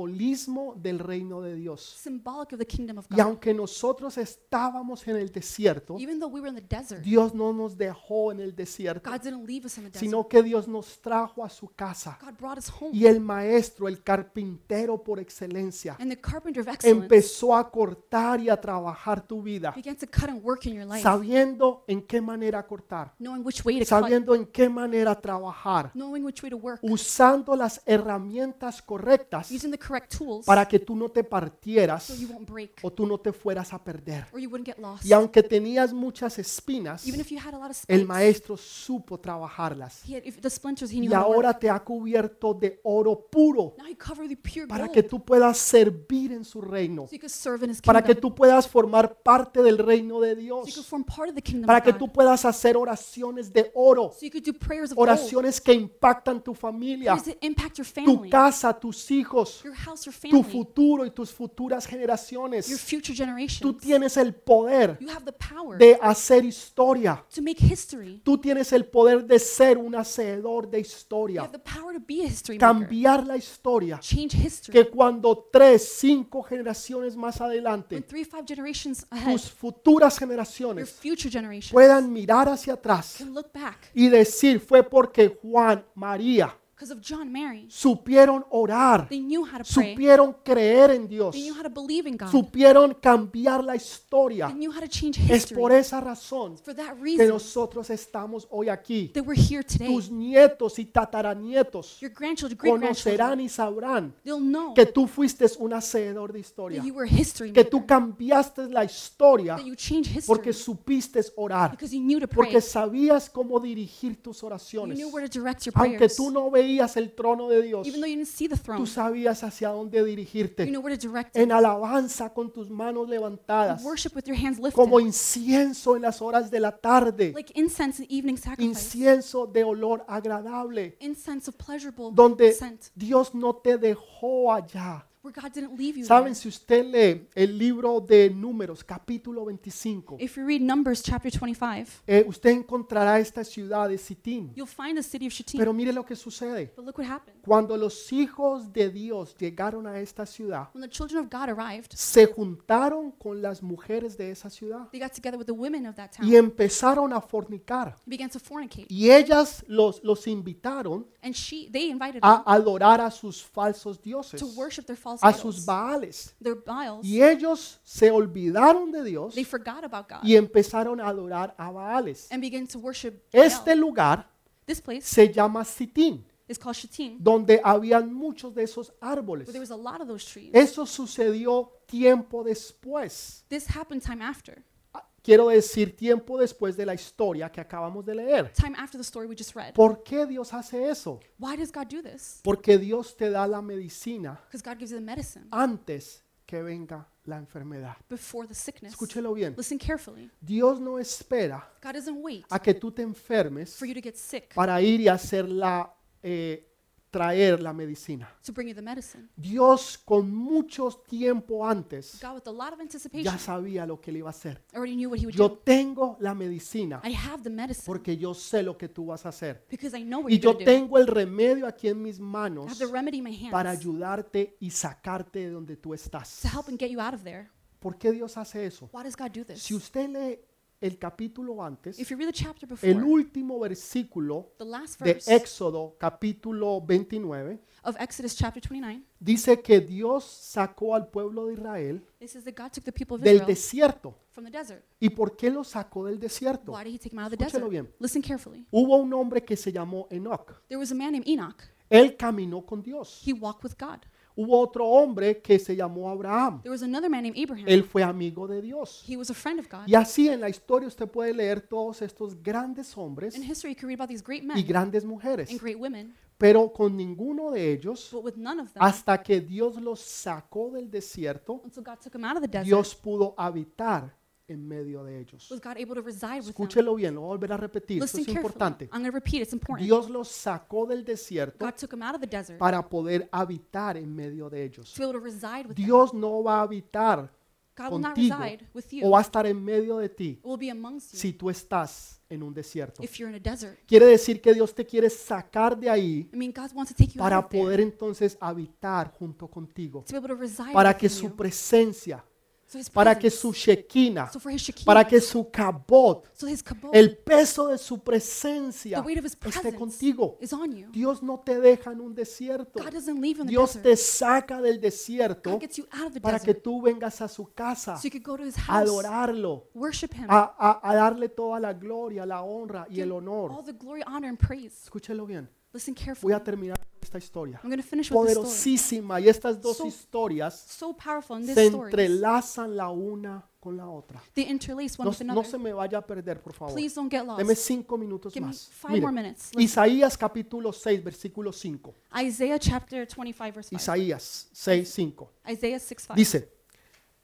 S1: simbolismo del reino de Dios.
S2: symbolic of the kingdom of
S1: Y
S2: God.
S1: aunque nosotros estábamos en el desierto,
S2: Even though we were in the desert,
S1: Dios no nos dejó en el desierto,
S2: God didn't leave us in the desert.
S1: sino que Dios nos trajo a su casa.
S2: God brought us home.
S1: Y el maestro, el carpintero por excelencia,
S2: and the carpenter of excellence
S1: empezó a cortar y a trabajar tu vida,
S2: began to cut and work in your life,
S1: sabiendo en qué manera cortar,
S2: knowing which way to cut,
S1: sabiendo en qué manera trabajar,
S2: knowing which way to work,
S1: usando las herramientas correctas
S2: using the correct tools
S1: para que tú no te
S2: so
S1: partieras
S2: you won't break
S1: o tú no te fueras a perder.
S2: or you wouldn't get lost.
S1: Y aunque tenías muchas espinas,
S2: even if you had a lot of
S1: el
S2: spikes,
S1: maestro supo trabajarlas.
S2: He had, if the splinters he knew
S1: Y
S2: how to work.
S1: ahora te ha cubierto de oro puro
S2: Now he covered the pure
S1: para
S2: gold
S1: que tú puedas servir en su reino,
S2: so you could serve in his
S1: para
S2: kingdom.
S1: que tú puedas formar parte del reino de
S2: so you could
S1: Dios,
S2: form part of the kingdom
S1: para
S2: of
S1: que
S2: God.
S1: tú puedas hacer oraciones de oro,
S2: so you could do prayers of gold.
S1: oraciones que impactan tu familia,
S2: Prayers that impact your
S1: tu
S2: family,
S1: casa, tus hijos,
S2: your house, your
S1: tu
S2: family,
S1: futuro y tus futuras
S2: your
S1: generaciones.
S2: future
S1: Tú
S2: generations.
S1: tienes el poder
S2: you have the power
S1: de hacer historia.
S2: to make history.
S1: Tú tienes el poder de ser un hacedor de
S2: You
S1: historia,
S2: have the power to be a history maker.
S1: cambiar la historia,
S2: Change history.
S1: que cuando tres, cinco generaciones más
S2: when
S1: adelante,
S2: three, five generations ahead,
S1: tus futuras
S2: your
S1: generaciones
S2: future generations
S1: puedan mirar hacia atrás
S2: can look back
S1: y decir fue porque Juan, María,
S2: because of John Mary.
S1: Supieron orar,
S2: They knew how to pray.
S1: supieron creer en Dios,
S2: They knew how to believe in God.
S1: supieron cambiar la
S2: They
S1: historia.
S2: knew how to change
S1: Es por
S2: history.
S1: esa razón
S2: For that
S1: que
S2: reason,
S1: nosotros estamos hoy aquí.
S2: that we're here today.
S1: Tus nietos y tataranietos
S2: Your grandchildren, great grandchildren,
S1: conocerán y sabrán
S2: they'll know
S1: que tú fuiste un hacedor de historia,
S2: that you were a history
S1: que
S2: maker,
S1: tú cambiaste la historia
S2: that you changed
S1: porque
S2: history
S1: supiste orar,
S2: because you knew to pray.
S1: porque sabías cómo dirigir tus
S2: You
S1: oraciones.
S2: knew where to direct your
S1: Aunque
S2: prayers.
S1: tú no veías el trono de Dios,
S2: Even though you didn't see the
S1: tú
S2: throne,
S1: sabías hacia dónde
S2: you
S1: dirigirte.
S2: know where to direct it.
S1: En alabanza con tus manos levantadas,
S2: Worship with your hands lifted,
S1: como incienso en las horas de la tarde,
S2: like incense and evening sacrifice,
S1: incienso de olor agradable,
S2: incense of pleasurable
S1: donde
S2: scent,
S1: Dios no te dejó allá.
S2: where God didn't leave you. there.
S1: Saben, si usted lee el libro de Números, capítulo 25,
S2: If you read Numbers chapter 25,
S1: eh, usted encontrará esta ciudad de Sittim.
S2: you'll find the city of Shittim.
S1: Pero mire lo que sucede.
S2: But look what happened.
S1: Cuando los hijos de Dios llegaron a esta ciudad,
S2: When the children of God arrived,
S1: se juntaron con las mujeres de esa ciudad
S2: they got together with the women of that town
S1: y empezaron a fornicar.
S2: and began to fornicate.
S1: Y ellas los, los invitaron
S2: And she, they invited them
S1: a adorar a sus falsos dioses,
S2: to worship their false
S1: a sus
S2: idols,
S1: baales.
S2: their Baals.
S1: Y ellos se olvidaron de Dios
S2: They forgot about God
S1: y empezaron a adorar a baales.
S2: and began to worship
S1: Este
S2: Baal.
S1: lugar
S2: This place
S1: se llama Sitín,
S2: is called Shittim,
S1: donde habían muchos de esos árboles.
S2: where there was a lot of those trees.
S1: Eso sucedió tiempo después.
S2: This happened time after,
S1: Ah, Quiero decir tiempo después de la historia que acabamos de leer.
S2: time after the story we just read.
S1: ¿Por qué Dios hace eso?
S2: Why does God do this?
S1: Porque Dios te da la medicina
S2: Because God gives you the medicine
S1: antes que venga la enfermedad.
S2: before the sickness.
S1: Escúchelo bien.
S2: Listen carefully.
S1: Dios no espera
S2: God doesn't wait
S1: a que tú te enfermes
S2: for you to get sick
S1: para ir y hacer la, eh, traer la medicina.
S2: to bring you the medicine.
S1: Dios con mucho tiempo antes
S2: God, with a lot of anticipation,
S1: ya sabía lo que le iba a hacer.
S2: already knew what He would
S1: Yo
S2: do.
S1: tengo la medicina
S2: I have the medicine
S1: porque yo sé lo que tú vas a hacer.
S2: because I know what
S1: Y
S2: you're
S1: yo
S2: going to do.
S1: tengo el remedio aquí en mis
S2: I have
S1: manos
S2: the remedy in my
S1: para
S2: hands
S1: ayudarte y sacarte de donde tú
S2: to
S1: estás.
S2: help and get you out of there.
S1: ¿Por qué Dios hace eso?
S2: Why does God do this?
S1: Si usted lee el capítulo antes,
S2: If you read the chapter
S1: el
S2: before,
S1: último versículo
S2: the last
S1: de
S2: verse
S1: Éxodo capítulo 29
S2: of Exodus chapter 29,
S1: dice que Dios sacó al pueblo de Israel
S2: this is that God took the people of
S1: del
S2: Israel
S1: desierto.
S2: from the desert.
S1: ¿Y por qué lo sacó del desierto?
S2: Why did He take them out of the
S1: Escúchelo
S2: desert?
S1: bien.
S2: Listen carefully.
S1: Hubo un hombre que se llamó Enoch.
S2: There was a man named Enoch.
S1: Él caminó con Dios.
S2: He walked with God.
S1: Hubo otro hombre que se llamó Abraham.
S2: There was another man named Abraham.
S1: Él fue amigo de Dios.
S2: He was a friend of God.
S1: Y así en la historia usted puede leer todos estos grandes hombres
S2: In history, you can read about these great
S1: y
S2: men
S1: grandes mujeres,
S2: and great women,
S1: pero con ninguno de ellos,
S2: but with none of them,
S1: hasta que Dios los sacó del desierto,
S2: until God took them out of the desert,
S1: Dios pudo habitar en medio de ellos.
S2: was God able to reside with them.
S1: Escúchelo bien, lo voy a volver a repetir, eso
S2: Pues, Listen
S1: es
S2: carefully.
S1: importante.
S2: I'm going to repeat, it's important.
S1: Dios los sacó del desierto
S2: God took them out of the desert to
S1: para poder habitar en medio de ellos.
S2: be able to reside with them.
S1: Dios no va a habitar
S2: God will not
S1: contigo
S2: reside with you.
S1: o va a estar en medio de ti
S2: It will be amongst you
S1: si tú estás en un desierto.
S2: Oh, if you're in a desert.
S1: Quiere decir que Dios te quiere sacar de ahí
S2: I mean, God wants to take you out
S1: para
S2: of there
S1: poder entonces habitar junto contigo,
S2: to be able to reside
S1: para que
S2: with
S1: su
S2: you.
S1: presencia,
S2: So his
S1: para que
S2: presence.
S1: su shequina,
S2: so for his Shekinah,
S1: para que su cabot,
S2: so his kabod,
S1: el peso de su presencia
S2: Oh. the weight of his
S1: esté
S2: presence
S1: contigo.
S2: is on you.
S1: Dios no te deja en un desierto.
S2: God doesn't leave you in the
S1: Dios
S2: desert.
S1: te saca del desierto
S2: God gets you out of the
S1: para que
S2: desert
S1: tú vengas a su casa,
S2: so you could go to his
S1: a
S2: house,
S1: adorarlo,
S2: worship him,
S1: a, a- a darle toda la gloria, la honra y
S2: give
S1: el
S2: all
S1: honor.
S2: the glory, honor, and praise.
S1: Escúchelo bien.
S2: Listen
S1: Voy
S2: carefully.
S1: a terminar esta historia.
S2: I'm going to finish with this story.
S1: Poderosísima. Y estas dos
S2: So-
S1: historias
S2: So powerful in
S1: se
S2: this story.
S1: entrelazan la una con la otra.
S2: They interlace one
S1: No,
S2: with
S1: no se
S2: another.
S1: me vaya a perder, por favor.
S2: Please don't get lost.
S1: Deme cinco minutos
S2: Give me
S1: más.
S2: five
S1: Mire,
S2: more minutes. Let's-
S1: Isaías capítulo 6, versículo 5.
S2: Isaiah chapter 25, verse 5.
S1: Isaías 6, 5.
S2: Isaiah 6, 5.
S1: Dice,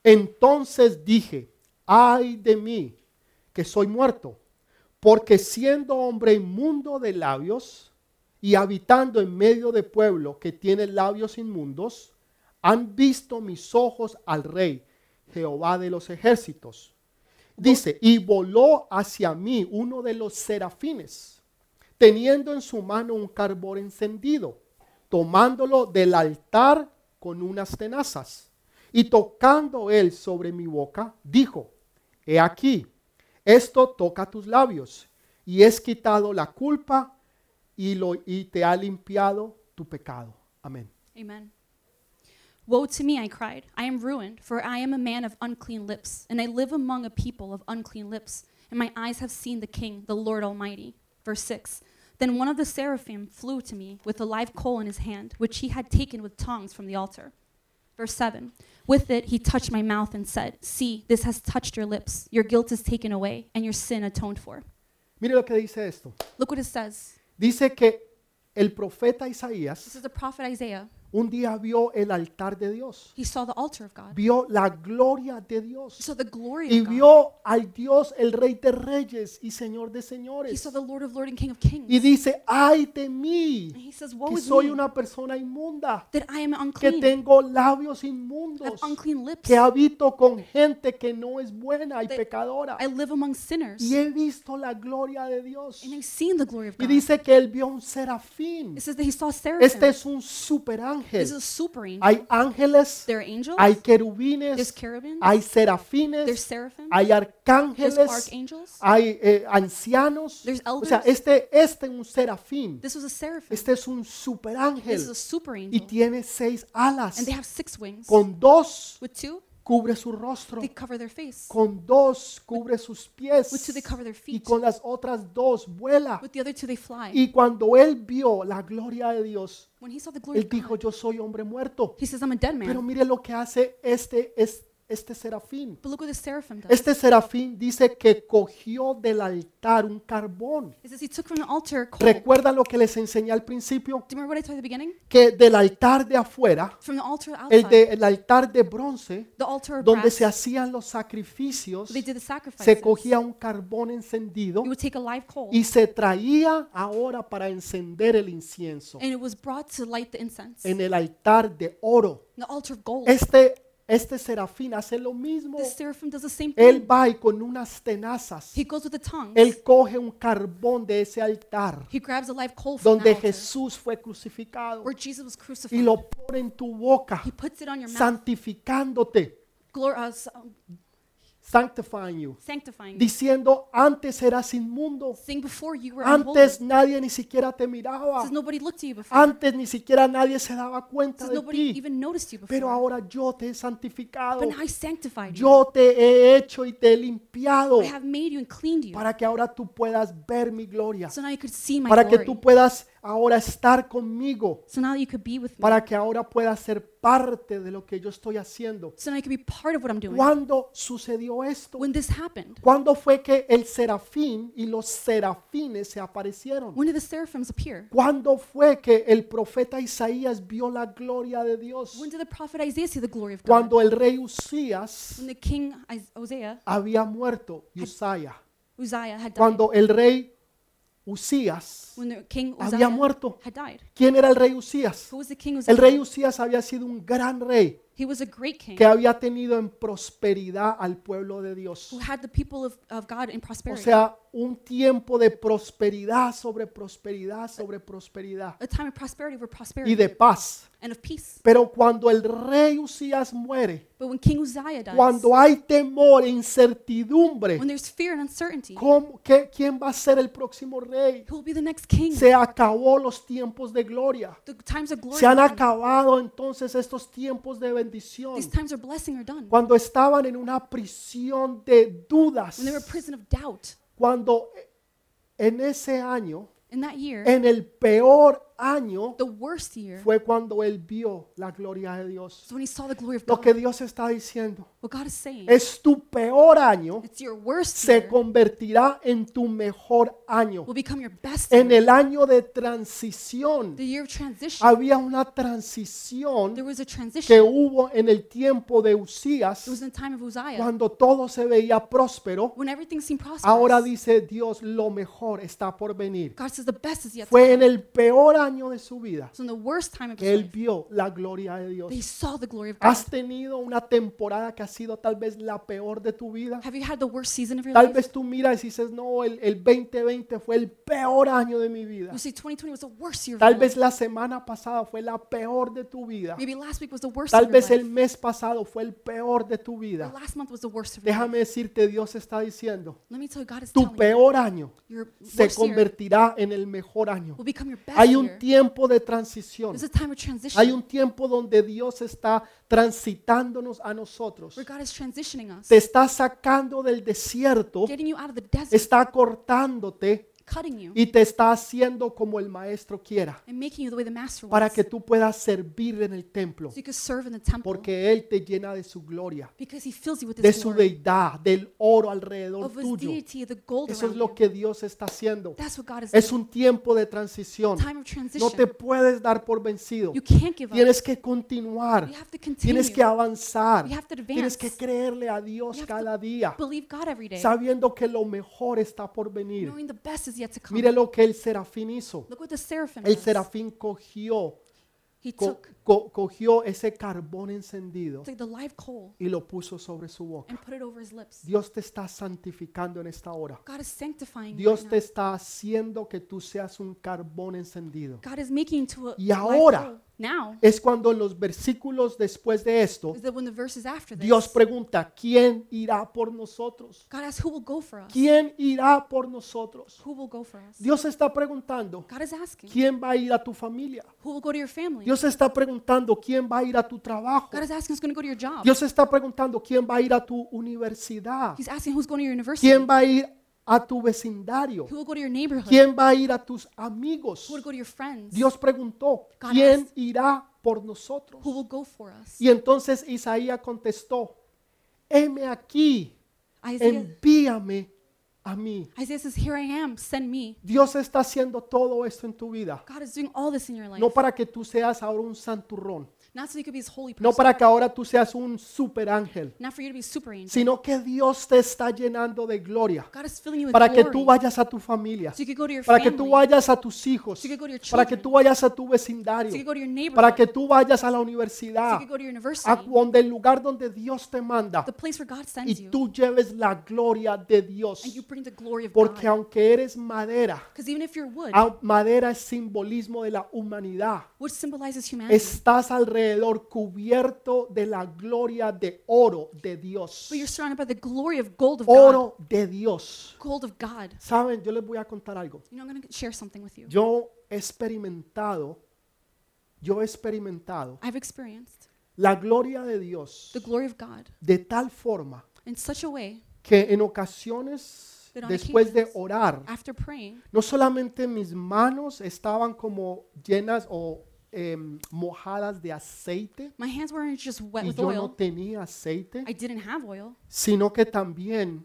S1: entonces dije, ay de mí, que soy muerto, porque siendo hombre inmundo de labios y habitando en medio de pueblo que tiene labios inmundos, han visto mis ojos al rey, Jehová de los ejércitos. Dice, y voló hacia mí uno de los serafines, teniendo en su mano un carbón encendido, tomándolo del altar con unas tenazas. Y tocando él sobre mi boca, dijo, He aquí, esto toca tus labios, y es quitado la culpa y, lo, y te ha limpiado tu pecado. Amén.
S2: Amen. Woe to me, I cried. I am ruined, for I am a man of unclean lips, and I live among a people of unclean lips, and my eyes have seen the King, the Lord Almighty. Verse 6 Then one of the seraphim flew to me with a live coal in his hand, which he had taken with tongs from the altar. Verse 7 With it he touched my mouth and said, See, this has touched your lips. Your guilt is taken away, and your sin atoned for.
S1: Mire lo que dice esto.
S2: Look what it says.
S1: Dice que el profeta
S2: This
S1: Isaías
S2: is the prophet Isaiah.
S1: un día vio el altar de Dios,
S2: He saw the altar of God,
S1: vio la gloria de Dios
S2: he saw the glory
S1: y
S2: of God,
S1: vio al Dios, el Rey de Reyes y Señor de
S2: he saw
S1: Señores.
S2: the Lord of Lords and King of Kings.
S1: Y dice, ay de
S2: And
S1: mí,
S2: he says, Woe
S1: que
S2: is
S1: soy
S2: me
S1: una persona inmunda,
S2: that I am
S1: que
S2: unclean.
S1: tengo labios
S2: I have
S1: inmundos,
S2: unclean lips.
S1: que habito con gente que no es buena y
S2: That
S1: pecadora.
S2: I live among sinners.
S1: Y he visto la gloria de Dios.
S2: And I've seen the glory of
S1: Y
S2: God.
S1: dice que él vio un serafín.
S2: it says that he saw seraphim.
S1: Este es un super
S2: this
S1: ángel.
S2: is a super angel.
S1: Hay ángeles,
S2: there are angels.
S1: hay
S2: there's
S1: querubines,
S2: cherubim.
S1: hay
S2: there's
S1: serafines,
S2: seraphim.
S1: hay
S2: there's
S1: arcángeles,
S2: archangels.
S1: hay eh, ancianos.
S2: There's
S1: O sea,
S2: elders.
S1: este, este es un serafín.
S2: this was a seraphim.
S1: Este es un super
S2: this is
S1: ángel
S2: a super
S1: y
S2: angel.
S1: tiene seis alas.
S2: and they have six wings.
S1: Con dos
S2: With two,
S1: cubre su rostro,
S2: they cover their face.
S1: con dos cubre sus pies
S2: With two, they cover their
S1: y
S2: feet.
S1: con las otras dos vuela.
S2: With the other two, they fly.
S1: Y cuando él vio la gloria de Dios,
S2: when he saw the glory
S1: él
S2: of God,
S1: dijo, yo soy hombre muerto.
S2: he says, I'm a dead man.
S1: Pero mire lo que hace este, es- este serafín.
S2: but look what the seraphim does.
S1: Este serafín dice que cogió del altar un carbón.
S2: it says he took from the altar coal. Do you
S1: ¿Recuerdan lo que les enseñé al principio?
S2: remember what I told you at the beginning?
S1: Que del altar de afuera,
S2: From the altar outside.
S1: el, de, el altar de bronce,
S2: the altar of
S1: donde
S2: brass,
S1: se hacían los sacrificios,
S2: they did the sacrifice.
S1: se cogía un carbón encendido
S2: You would take a live coal,
S1: y se traía ahora para encender el incienso
S2: and it was brought to light the incense.
S1: en el altar de oro.
S2: the altar of gold.
S1: Este, este serafín hace lo mismo.
S2: the seraphim does the same thing.
S1: Él va y con unas tenazas,
S2: he goes with the tongues.
S1: él coge un carbón de ese altar
S2: he grabs a live coal from the
S1: donde
S2: altar,
S1: Jesús fue crucificado
S2: where Jesus was
S1: y
S2: crucified.
S1: lo pone en tu boca,
S2: he puts it on your mouth,
S1: santificándote,
S2: glor- uh, s- um,
S1: sanctifying you,
S2: sanctifying. you.
S1: diciendo antes eras inmundo,
S2: Saying before you were unholy.
S1: antes nadie ni siquiera te miraba,
S2: says nobody looked at you before.
S1: antes ni siquiera nadie se daba cuenta
S2: says
S1: de
S2: nobody
S1: ti,
S2: even noticed you before.
S1: pero ahora yo te he santificado,
S2: but now I sanctified
S1: yo te he hecho y te he limpiado
S2: you. I have made you and cleaned you,
S1: para que ahora tú puedas ver mi gloria.
S2: so now you could see my
S1: para que
S2: glory.
S1: tú puedas ahora estar conmigo,
S2: so now you could be with me.
S1: para que ahora puedas ser parte de lo que yo estoy haciendo.
S2: so now you could be part of what I'm doing.
S1: ¿Cuándo sucedió esto?
S2: when this happened,
S1: ¿Cuándo fue que el serafín y los serafines se aparecieron?
S2: when did the seraphims appear?
S1: ¿Cuándo fue que el profeta Isaías vio la gloria de Dios?
S2: When did the prophet Isaiah see the glory of God?
S1: Cuando el rey Usías
S2: When the king Is- Hosea,
S1: había muerto, y Usaya.
S2: Uzziah had died.
S1: Cuando el rey Usías,
S2: when the king
S1: había
S2: Uzziah
S1: muerto.
S2: had died.
S1: ¿quién era el rey Usías?
S2: Who was the king Uzziah?
S1: El rey Usías había sido un gran rey.
S2: he was a great king
S1: que había tenido en prosperidad al pueblo de Dios.
S2: who had the people of, of God in
S1: O
S2: prosperity.
S1: sea, un tiempo de prosperidad sobre prosperidad sobre prosperidad
S2: a time of prosperity over prosperity
S1: y de paz.
S2: and of peace.
S1: Pero cuando el rey Usías muere,
S2: But when King Uzziah dies,
S1: cuando hay temor e incertidumbre,
S2: when there's fear and uncertainty,
S1: ¿cómo- qué- ¿quién va a ser el próximo rey?
S2: who will be the next king?
S1: Se acabó los tiempos de gloria.
S2: the times of glory
S1: Se han
S2: are done.
S1: acabado entonces estos tiempos de bendición.
S2: These times of blessing are done.
S1: Cuando estaban en una prisión de dudas,
S2: when they were a prison of doubt.
S1: cuando en ese año,
S2: In that year,
S1: en el peor año,
S2: the worst year,
S1: fue cuando él vio la gloria de Dios.
S2: is when he saw the glory of
S1: Lo
S2: God.
S1: que Dios está diciendo
S2: what God is saying,
S1: es tu peor año
S2: it's your worst
S1: se
S2: year
S1: convertirá en tu mejor año.
S2: will become your best
S1: En
S2: year.
S1: el año de transición
S2: The year of transition.
S1: había una transición
S2: There was a
S1: que
S2: transition.
S1: hubo en el tiempo de
S2: It was
S1: Usías
S2: in the time of Uzziah.
S1: cuando todo se veía próspero.
S2: When everything seemed prosperous,
S1: Ahora dice Dios, lo mejor está por venir.
S2: God says the best is yet to
S1: Fue en el peor año de su vida,
S2: So in the worst time of his
S1: él
S2: life,
S1: vio la gloria de Dios.
S2: they saw the glory of God.
S1: Has tenido una temporada que ha sido tal vez la peor de tu vida.
S2: Have you had the worst season of your
S1: Tal
S2: life?
S1: vez tú miras y dices, no, el, el 2020 fue el peor año de mi vida.
S2: You see, 2020 was the worst year of
S1: Tal
S2: your life.
S1: vez la semana pasada fue la peor de tu vida.
S2: Maybe last week was the worst
S1: Tal
S2: of your
S1: vez
S2: life.
S1: el mes pasado fue el peor de tu
S2: Or
S1: vida.
S2: last month was the worst of your life.
S1: Déjame decirte, Dios está diciendo,
S2: Let me tell you, God is
S1: tu
S2: telling you,
S1: peor año
S2: your
S1: se
S2: worst year
S1: convertirá en el mejor año.
S2: will become your best
S1: Hay un
S2: year.
S1: tiempo de transición.
S2: There's a time of transition
S1: Hay un tiempo donde Dios está transitándonos a nosotros.
S2: where God is transitioning us,
S1: Te está sacando del desierto,
S2: getting you out of the desert,
S1: está cortándote
S2: cutting you,
S1: y te está haciendo como el maestro quiera,
S2: and making you the way the Master
S1: para
S2: wants,
S1: que
S2: so
S1: tú puedas servir en el templo,
S2: you could serve in the temple,
S1: porque Él te llena de su gloria,
S2: because He fills you with
S1: de
S2: His
S1: su
S2: glory,
S1: deidad, del oro alrededor
S2: of His
S1: tuyo.
S2: deity, the gold
S1: Eso es
S2: around
S1: lo
S2: you.
S1: que Dios está haciendo.
S2: That's what God is
S1: Es
S2: doing.
S1: un tiempo de transición.
S2: Time of
S1: No te
S2: transition.
S1: puedes dar por vencido.
S2: You can't give up.
S1: Tienes que continuar.
S2: You have to continue.
S1: Tienes que avanzar.
S2: You have to
S1: Tienes que
S2: advance.
S1: creerle a Dios
S2: You have
S1: cada día,
S2: Believe God every day,
S1: sabiendo que lo mejor está por venir.
S2: knowing the best is yet to come.
S1: Mire lo que el serafín hizo.
S2: Look what the seraphim
S1: El
S2: does.
S1: serafín cogió,
S2: He
S1: co-
S2: took
S1: co- cogió ese carbón encendido
S2: took the live coal
S1: y lo puso sobre su boca.
S2: and put it over his lips.
S1: Dios te está santificando en esta hora.
S2: God is sanctifying you
S1: Dios
S2: right
S1: te
S2: now.
S1: está haciendo que tú seas un carbón encendido.
S2: God is making you to a
S1: Y
S2: a live
S1: ahora-
S2: coal. Now
S1: Es cuando en los versículos después de esto,
S2: is that when the verses after this,
S1: Dios pregunta, ¿quién irá por nosotros?
S2: God asks who will go for us.
S1: ¿Quién irá por nosotros?
S2: Who will go for us?
S1: Dios está preguntando,
S2: God is asking
S1: ¿quién va a ir a tu familia?
S2: who will go to your family.
S1: Dios está preguntando, ¿quién va a ir a tu trabajo?
S2: God is asking who's going to go to your job.
S1: Dios está preguntando, ¿quién va a ir a tu universidad?
S2: He's asking who's going to your university.
S1: ¿Quién va a ir a tu vecindario?
S2: Who will go to your neighborhood?
S1: ¿Quién va a ir a tus amigos?
S2: Who will go to your friends?
S1: Dios preguntó,
S2: God
S1: ¿quién
S2: asked.
S1: irá por nosotros?
S2: Who will go for us?
S1: Y entonces Isaías contestó, heme aquí,
S2: Isaiah,
S1: envíame a mí.
S2: Isaiah says, "Here I am. Send me."
S1: Dios está haciendo todo esto en tu vida.
S2: God is doing all this in your life,
S1: No para que tú seas ahora un santurrón,
S2: not so you could be His holy person,
S1: no para que ahora tú seas un super ángel,
S2: not for you to be a super angel.
S1: sino que Dios te está llenando de gloria
S2: God is filling you with
S1: para que tú
S2: glory,
S1: vayas a tu familia,
S2: so you could go to your
S1: para que
S2: family,
S1: tú vayas a tus hijos,
S2: so you could go to your
S1: para
S2: children,
S1: que tú vayas a tu
S2: so you could
S1: vecindario,
S2: go to your neighborhood,
S1: para que tú vayas a la
S2: so you
S1: universidad,
S2: could go to your
S1: a
S2: university,
S1: donde el lugar donde Dios te manda
S2: the place where God sends
S1: y
S2: you,
S1: tú lleves la gloria de Dios.
S2: and you bring the glory of
S1: Porque
S2: God.
S1: aunque eres madera,
S2: Because even if you're wood,
S1: a- madera es simbolismo de la humanidad.
S2: which symbolizes humanity,
S1: Estás alrededor cubierto de la gloria de oro de Dios.
S2: but you're surrounded by the glory of gold of God,
S1: Oro de Dios.
S2: gold of God.
S1: Saben, yo les voy a contar algo.
S2: You know, I'm going to share something with you.
S1: Yo he experimentado, yo he experimentado
S2: I've experienced
S1: la gloria de Dios
S2: the glory of God
S1: de tal forma
S2: in such a way,
S1: que en ocasiones, después de orar,
S2: after praying,
S1: no solamente mis manos estaban como llenas o em, mojadas de aceite
S2: my hands weren't just wet
S1: y
S2: with
S1: yo no
S2: oil.
S1: tenía aceite,
S2: I didn't have oil,
S1: sino que también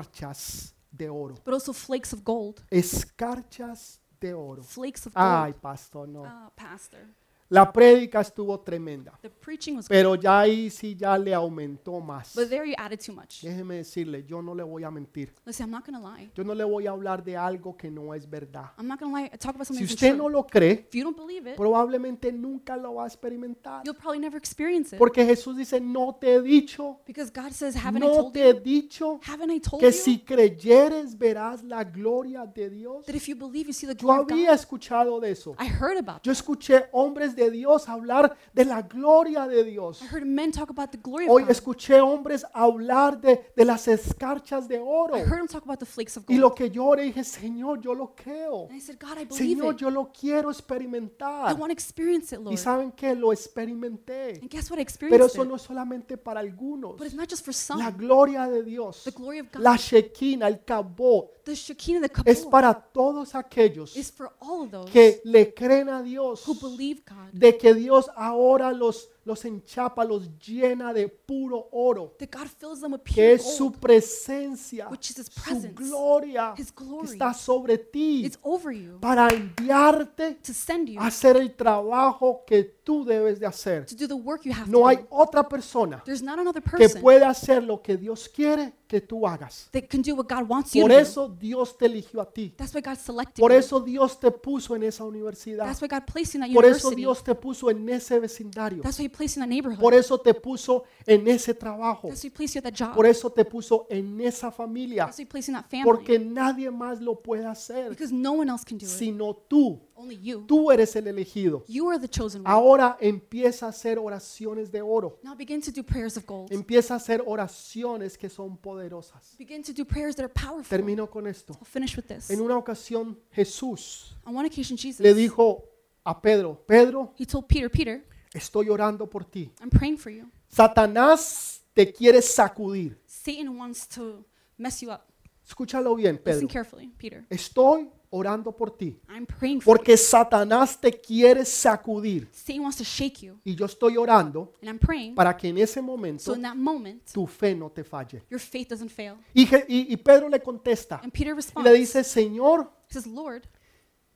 S1: escarchas de oro.
S2: but also flakes of gold.
S1: Escarchas de oro.
S2: Flakes of
S1: Ay,
S2: gold.
S1: pastor, no.
S2: Ah, pastor.
S1: La prédica estuvo tremenda,
S2: The preaching was
S1: pero ya ahí sí ya le aumentó más.
S2: But there you added too much.
S1: Déjeme decirle, yo no le voy a mentir.
S2: Listen, I'm not going to lie.
S1: Yo no le voy a hablar de algo que no es verdad.
S2: I'm not going to lie. Talk about
S1: Si
S2: something that's
S1: usted no
S2: true.
S1: lo cree,
S2: If you don't believe it,
S1: probablemente nunca lo va a experimentar.
S2: you'll probably never experience it.
S1: Porque Jesús dice, no te he dicho,
S2: Because God says, haven't I
S1: no
S2: told
S1: te he
S2: you?
S1: dicho
S2: Haven't I told
S1: que
S2: you?
S1: si creyeres verás la gloria de Dios.
S2: That if you believe, you see the
S1: Yo
S2: glory of
S1: había
S2: God.
S1: escuchado de eso.
S2: I heard about
S1: Yo
S2: that.
S1: escuché hombres de Dios hablar de la gloria de Dios.
S2: I heard men talk about the glory
S1: Hoy
S2: of God.
S1: escuché hombres hablar de, de las escarchas de oro.
S2: I heard them talk about the flakes of
S1: Y lo
S2: gold.
S1: que yo oré dije, Señor, yo lo creo.
S2: And I said, God, I believe
S1: Señor,
S2: it.
S1: yo lo quiero
S2: I
S1: experimentar.
S2: want to experience it,
S1: Y
S2: Lord.
S1: saben que lo experimenté.
S2: And guess what?
S1: Pero
S2: I experienced
S1: eso
S2: it.
S1: no es solamente para algunos.
S2: But it's not just for
S1: La
S2: some.
S1: gloria de Dios,
S2: The glory of
S1: la
S2: God,
S1: Shekinah, el Kabod,
S2: the Shekinah, the
S1: es
S2: Kabbalah,
S1: para todos aquellos
S2: is for all of those
S1: que le creen a Dios
S2: who believe God.
S1: de que Dios ahora los los enchapa, los llena de puro oro,
S2: that God fills them with
S1: que
S2: pure
S1: es su
S2: gold,
S1: presencia,
S2: which is His
S1: su
S2: presence,
S1: gloria,
S2: His
S1: que
S2: glory.
S1: está sobre ti
S2: It's over you
S1: para enviarte
S2: to send you
S1: a hacer el trabajo que tú debes de hacer.
S2: to do the work you have
S1: No
S2: to
S1: hay
S2: do.
S1: otra persona
S2: There's not another
S1: que
S2: person
S1: pueda hacer lo que Dios quiere que tú hagas.
S2: that can do what God wants you
S1: Por
S2: to do.
S1: eso Dios te eligió a ti.
S2: That's why God selected
S1: Por
S2: you.
S1: eso Dios te puso en esa universidad.
S2: That's why God placed you in that
S1: Por eso
S2: university.
S1: Dios te puso en ese vecindario.
S2: That's why He placed you in that
S1: Por
S2: neighborhood.
S1: eso te puso en ese trabajo.
S2: That's why He placed you at that job.
S1: Por eso te puso en esa familia.
S2: That's why He placed you in that family.
S1: Porque nadie más lo puede hacer
S2: Because no one else can do it.
S1: sino tú.
S2: Only you.
S1: Tú eres el elegido.
S2: You are the chosen one.
S1: Ahora empieza a hacer oraciones de oro.
S2: Now begin to do prayers of gold.
S1: Empieza a hacer oraciones que son poderosas.
S2: Begin to do prayers that are powerful.
S1: Termino con esto.
S2: I'll finish with this.
S1: En una ocasión Jesús
S2: On one occasion, Jesus,
S1: le dijo a Pedro, Pedro,
S2: he told Peter, Peter,
S1: estoy orando por ti.
S2: I'm praying for you.
S1: Satanás te quiere sacudir.
S2: Satan wants to mess you up.
S1: Escúchalo bien, Pedro.
S2: Listen carefully, Peter.
S1: Estoy orando por ti.
S2: I'm praying for you.
S1: Porque Satanás te quiere sacudir.
S2: Satan wants to shake you.
S1: Y yo estoy orando
S2: And I'm praying
S1: para que en ese
S2: so
S1: momento
S2: in that moment,
S1: tu fe no te falle.
S2: your faith doesn't fail.
S1: Y, Je- y- y Pedro le contesta
S2: And Peter
S1: y
S2: responds,
S1: le
S2: He
S1: dice, Señor,
S2: says, Lord,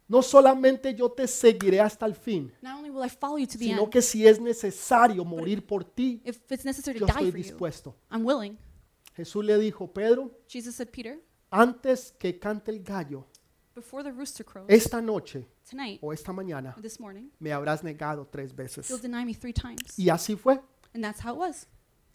S1: no solamente yo te seguiré hasta el fin,
S2: not only will I follow you to the
S1: sino
S2: end,
S1: que si es necesario morir por ti,
S2: if it's necessary
S1: yo
S2: to die
S1: estoy
S2: for you,
S1: dispuesto.
S2: I'm willing.
S1: Jesús le dijo, Pedro,
S2: Jesus said, Peter,
S1: antes que cante el gallo,
S2: before the rooster crows,
S1: esta noche
S2: tonight,
S1: o esta mañana,
S2: or this morning,
S1: me habrás negado tres
S2: you'll
S1: veces.
S2: deny me three times.
S1: Y así fue.
S2: And that's how it was.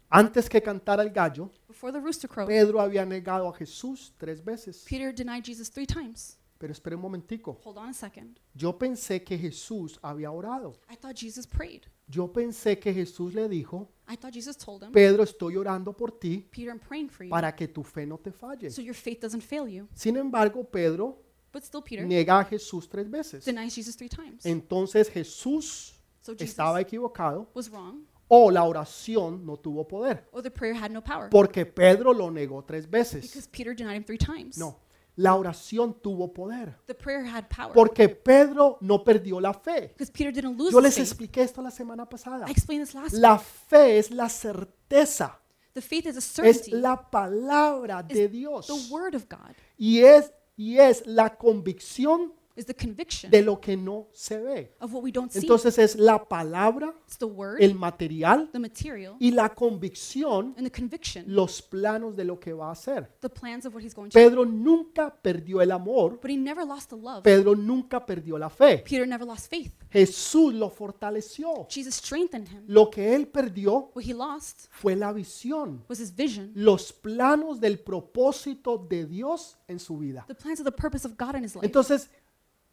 S1: Antes que cantara el gallo,
S2: Before the rooster crowed,
S1: Pedro había negado a Jesús tres veces.
S2: Peter denied Jesus three times.
S1: Pero espera un momentico.
S2: Hold on a second.
S1: Yo pensé que Jesús había orado.
S2: I thought Jesus prayed.
S1: Yo pensé que Jesús le dijo,
S2: I thought Jesus told him,
S1: Pedro, estoy orando por ti
S2: Peter, I'm praying for you,
S1: para que tu fe no te falle.
S2: so your faith doesn't fail you.
S1: Sin embargo, Pedro
S2: But still, Peter
S1: niega a Jesús tres veces.
S2: denies Jesus three times.
S1: Entonces Jesús
S2: So Jesus
S1: estaba equivocado
S2: was wrong,
S1: o la oración no tuvo poder.
S2: or the prayer had no power
S1: Porque Pedro lo negó tres
S2: because
S1: veces.
S2: Peter denied him three times.
S1: No, la oración tuvo poder.
S2: The prayer had power
S1: Porque Pedro no perdió la fe.
S2: because Peter didn't lose
S1: Yo
S2: his
S1: les
S2: faith.
S1: expliqué esto la semana pasada.
S2: I explained this last
S1: La fe es la certeza,
S2: week. The faith is a
S1: es
S2: certainty,
S1: la palabra de Dios
S2: the word of God
S1: y es y es la convicción
S2: is the conviction
S1: de lo que no se ve.
S2: of what we don't see.
S1: Entonces es la palabra,
S2: It's the word,
S1: el material
S2: the material,
S1: y la convicción,
S2: and the conviction,
S1: los planos de lo que va a hacer.
S2: the plans of what he's going to do.
S1: Pedro nunca perdió el amor,
S2: But he never lost the love.
S1: Pedro nunca perdió la fe.
S2: Peter never lost faith.
S1: Jesús lo fortaleció.
S2: Jesus strengthened him.
S1: Lo que él perdió
S2: What he lost
S1: fue la visión.
S2: was his vision,
S1: los planos del propósito de Dios en su vida.
S2: the plans of the purpose of God in his life.
S1: Entonces,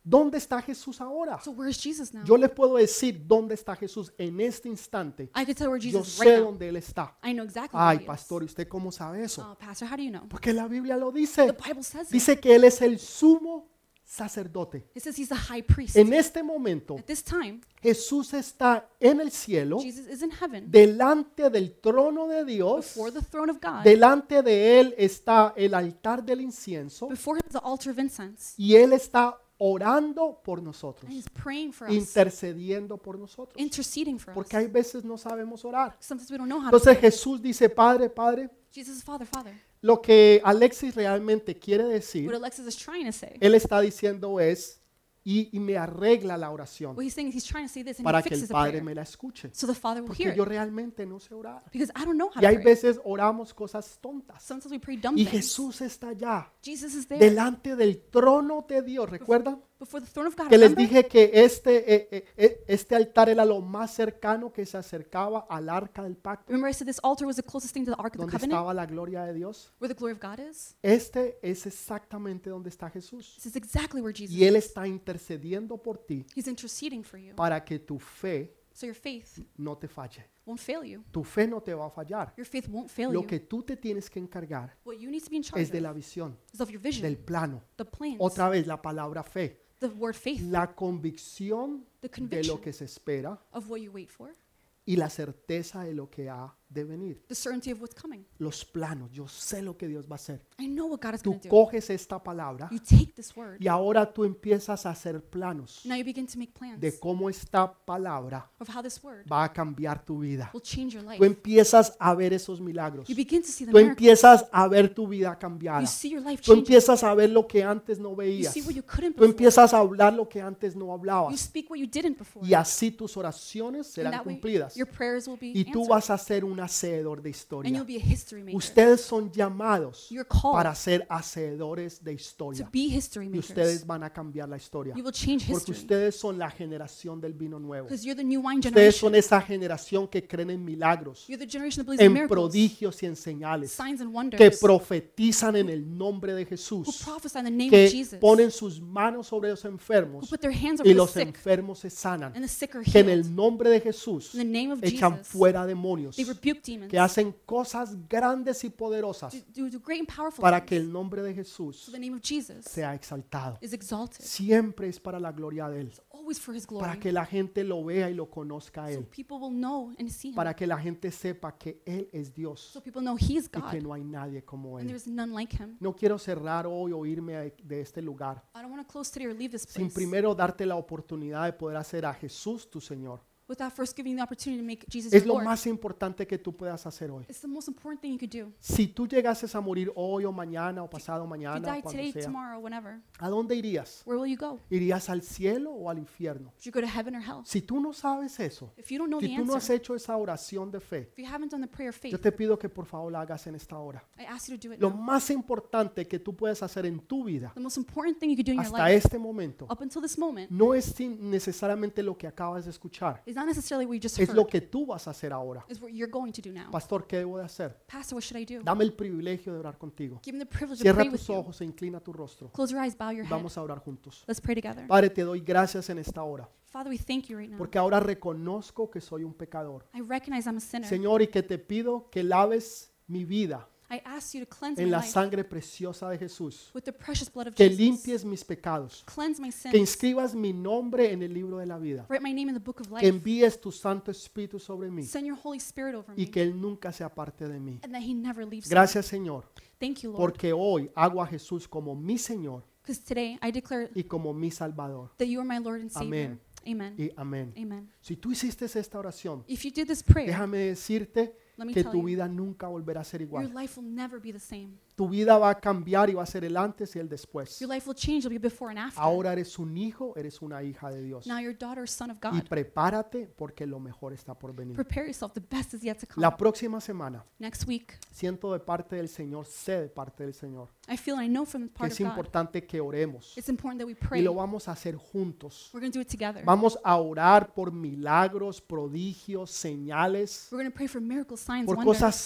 S1: ¿dónde está Jesús ahora?
S2: So where is Jesus now?
S1: Yo les puedo decir dónde está Jesús en este instante.
S2: I could tell where
S1: Yo
S2: Jesus is
S1: sé
S2: right now.
S1: dónde Él está.
S2: I know exactly. where
S1: Ay,
S2: he is.
S1: pastor, ¿y usted cómo sabe eso?
S2: Oh, pastor, how do you know?
S1: Porque la Biblia lo
S2: The
S1: dice.
S2: Bible says it.
S1: Dice que Él es el sumo sacerdote.
S2: It says he's the high priest.
S1: En este momento,
S2: At this time,
S1: Jesús está en el cielo,
S2: Jesus is in heaven
S1: delante del trono de Dios.
S2: before the throne of God.
S1: Delante de Él está el altar del incienso.
S2: Before him is the altar of incense.
S1: y Él está orando por nosotros,
S2: And he's praying for us,
S1: intercediendo por nosotros,
S2: interceding for
S1: porque
S2: us.
S1: hay veces no sabemos orar.
S2: Sometimes we don't know how to.
S1: Entonces Jesús dice, Padre, Padre,
S2: Jesus, Father, Father.
S1: lo que Alexis realmente quiere
S2: What
S1: decir,
S2: Alexis is trying to say.
S1: Él está diciendo es, y, y me arregla la oración
S2: What he's saying is he's trying to say this and
S1: para
S2: he
S1: que
S2: fixes
S1: el
S2: the
S1: Padre
S2: prayer.
S1: me la escuche,
S2: So the Father will hear
S1: porque yo
S2: it.
S1: realmente no sé orar.
S2: Because I don't know how
S1: Y hay
S2: to pray.
S1: veces oramos cosas tontas.
S2: Sometimes we pray dumb
S1: Y
S2: things.
S1: Jesús está allá,
S2: Jesus is there
S1: delante del trono de Dios, ¿recuerdan?
S2: before the throne of God.
S1: que les
S2: Remember?
S1: dije que este, eh, eh, eh, este altar era lo más cercano que se acercaba al arca del pacto,
S2: Remember, I said this altar was the closest thing to the Ark of the
S1: donde
S2: Covenant,
S1: estaba la gloria de Dios.
S2: where the glory of God is.
S1: Este es exactamente donde está Jesús.
S2: This is exactly where Jesus
S1: Y Él
S2: is.
S1: está intercediendo por ti
S2: He's interceding for you.
S1: para que tu fe
S2: So your faith
S1: no te falle.
S2: won't fail you.
S1: Tu fe no te va a fallar.
S2: Your faith won't fail
S1: Lo
S2: you.
S1: que tú te tienes que encargar
S2: What you need to be in charge
S1: es de
S2: of
S1: la visión,
S2: is of your vision,
S1: del plano.
S2: the plans,
S1: Otra vez la palabra fe.
S2: the word faith,
S1: La convicción
S2: the
S1: de
S2: conviction
S1: lo que se espera
S2: of what you wait for,
S1: y la certeza de lo que ha de venir,
S2: the certainty of what's coming.
S1: los planos. Yo sé lo que Dios va a hacer.
S2: I know what God is
S1: Tú
S2: going to do.
S1: coges esta palabra
S2: You take this word.
S1: y ahora tú empiezas a hacer planos
S2: Now you begin to make plans
S1: de cómo esta palabra
S2: of how this word
S1: va a cambiar tu vida.
S2: will change your life.
S1: Tú empiezas a ver esos milagros.
S2: You begin to see the
S1: Tú
S2: miracle.
S1: empiezas a ver tu vida cambiada.
S2: You see your life
S1: Tú
S2: changing.
S1: empiezas a ver lo que antes no
S2: You
S1: veías.
S2: see what you couldn't
S1: Tú
S2: before.
S1: empiezas a hablar lo que antes no
S2: You
S1: hablabas.
S2: speak what you didn't before.
S1: Y así tus oraciones
S2: And
S1: serán
S2: that way
S1: cumplidas.
S2: Your prayers will be
S1: Y tú
S2: answered.
S1: vas a ser un hacedor de
S2: And you'll
S1: historia.
S2: be a history maker.
S1: Ustedes son llamados
S2: You're called
S1: para ser hacedores de
S2: to
S1: historia.
S2: be history
S1: Y
S2: makers.
S1: ustedes van a cambiar la historia.
S2: you will change
S1: Porque
S2: history.
S1: ustedes son la generación del vino nuevo.
S2: Because you're the new wine
S1: Ustedes son
S2: generation.
S1: esa generación que creen en milagros,
S2: You're the generation that believes in
S1: en
S2: miracles,
S1: prodigios y en señales,
S2: signs and wonders.
S1: que profetizan en el nombre de
S2: who
S1: Jesús,
S2: prophesy in the name of
S1: que
S2: Jesus.
S1: ponen sus manos sobre los
S2: who
S1: enfermos
S2: put their hands over
S1: y
S2: the
S1: los
S2: sick.
S1: enfermos se sanan,
S2: And the sick are
S1: que en
S2: healed.
S1: el nombre de Jesús
S2: in the name of
S1: echan
S2: Jesus.
S1: fuera demonios,
S2: They rebuke demons.
S1: que hacen cosas grandes y poderosas
S2: do, do, do great and powerful
S1: para
S2: things.
S1: que el nombre de Jesús
S2: So the name of Jesus
S1: sea exaltado.
S2: is exalted.
S1: Siempre es para la gloria de Él,
S2: Always for his glory.
S1: para que la gente lo vea y lo conozca a
S2: so
S1: Él.
S2: people will know and see him.
S1: para que la gente sepa que Él es Dios
S2: so people know he is
S1: y que
S2: God.
S1: no hay nadie como
S2: And
S1: Él.
S2: there's none like him.
S1: No quiero cerrar hoy o irme de- de este lugar
S2: I don't want to close today or leave this
S1: sin
S2: place
S1: primero darte la oportunidad de poder hacer a Jesús tu Señor.
S2: without first giving you the opportunity to make Jesus
S1: Es
S2: your
S1: lo
S2: Lord.
S1: más importante que tú puedas hacer hoy.
S2: It's the most important thing you could do.
S1: Si tú llegases a morir hoy o mañana o pasado
S2: If you
S1: mañana
S2: die
S1: o cuando
S2: today,
S1: sea,
S2: tomorrow, whenever,
S1: ¿a dónde irías?
S2: where will you go?
S1: ¿Irías al cielo o al infierno?
S2: Would you go to heaven or hell?
S1: Si tú no sabes eso,
S2: If you don't know the
S1: si tú no has
S2: answer,
S1: hecho esa oración de fe,
S2: if you haven't done the prayer of
S1: yo
S2: faith,
S1: te pido que por favor la hagas en esta hora.
S2: I ask you to do it
S1: Lo
S2: now.
S1: más importante que tú puedes hacer en tu vida
S2: The most important thing you could do in your
S1: hasta
S2: life
S1: este momento
S2: up until this moment
S1: no es sin- necesariamente lo que acabas de escuchar,
S2: is not necessarily what you just
S1: es lo
S2: heard,
S1: que tú vas a hacer ahora.
S2: is what you're going to do now.
S1: Pastor, ¿qué debo de hacer?
S2: Pastor, what should I do?
S1: Dame el privilegio de orar contigo.
S2: Give him the privilege to
S1: Cierra
S2: pray
S1: tus
S2: with you.
S1: ojos e inclina tu rostro.
S2: Close your eyes, bow your head.
S1: Vamos a orar juntos.
S2: Let's pray together.
S1: Padre, te doy gracias en esta hora,
S2: Father, we thank you right now.
S1: porque ahora reconozco que soy un pecador.
S2: I recognize I'm a sinner.
S1: Señor, y que te pido que laves mi vida
S2: I ask you to cleanse my
S1: en la
S2: life
S1: sangre preciosa de Jesús,
S2: with the precious blood of
S1: que
S2: Jesus.
S1: limpies mis pecados,
S2: Cleanse my
S1: que
S2: sins.
S1: inscribas mi nombre en el libro de la vida,
S2: Write my name in the book of
S1: que
S2: life.
S1: envíes tu Santo Espíritu sobre mí
S2: Send your Holy Spirit over
S1: y
S2: me.
S1: que Él nunca se aparte de mí.
S2: And that he never leaves me.
S1: Gracias Señor,
S2: Thank you, Lord.
S1: porque hoy hago a Jesús como mi Señor
S2: Because today I declare
S1: y como mi Salvador.
S2: that you are my Lord and Savior.
S1: Amén.
S2: Amen.
S1: Y amén.
S2: Amen.
S1: Si tú hiciste esta oración,
S2: If you did this prayer,
S1: déjame decirte
S2: let me
S1: que
S2: tell
S1: tu
S2: you,
S1: vida nunca volverá a ser
S2: your
S1: igual.
S2: life will never be the same.
S1: Tu vida va a cambiar y va a ser el antes y el después.
S2: Your life will change. It'll be before and after.
S1: Ahora eres un hijo, eres una hija de Dios.
S2: Now you're daughter, son of
S1: Y
S2: God.
S1: prepárate porque lo mejor está por venir.
S2: Prepare yourself. The best is yet to come.
S1: La próxima semana
S2: Next week,
S1: siento de parte del Señor, sé de parte del Señor,
S2: I feel and I know from the
S1: que
S2: part
S1: es
S2: of God,
S1: importante que oremos
S2: it's important that we
S1: y
S2: pray.
S1: lo
S2: We're
S1: vamos a hacer juntos.
S2: going to do it together.
S1: Vamos a orar por milagros, prodigios, señales,
S2: We're going to pray for miracles, signs,
S1: por
S2: wonders,
S1: cosas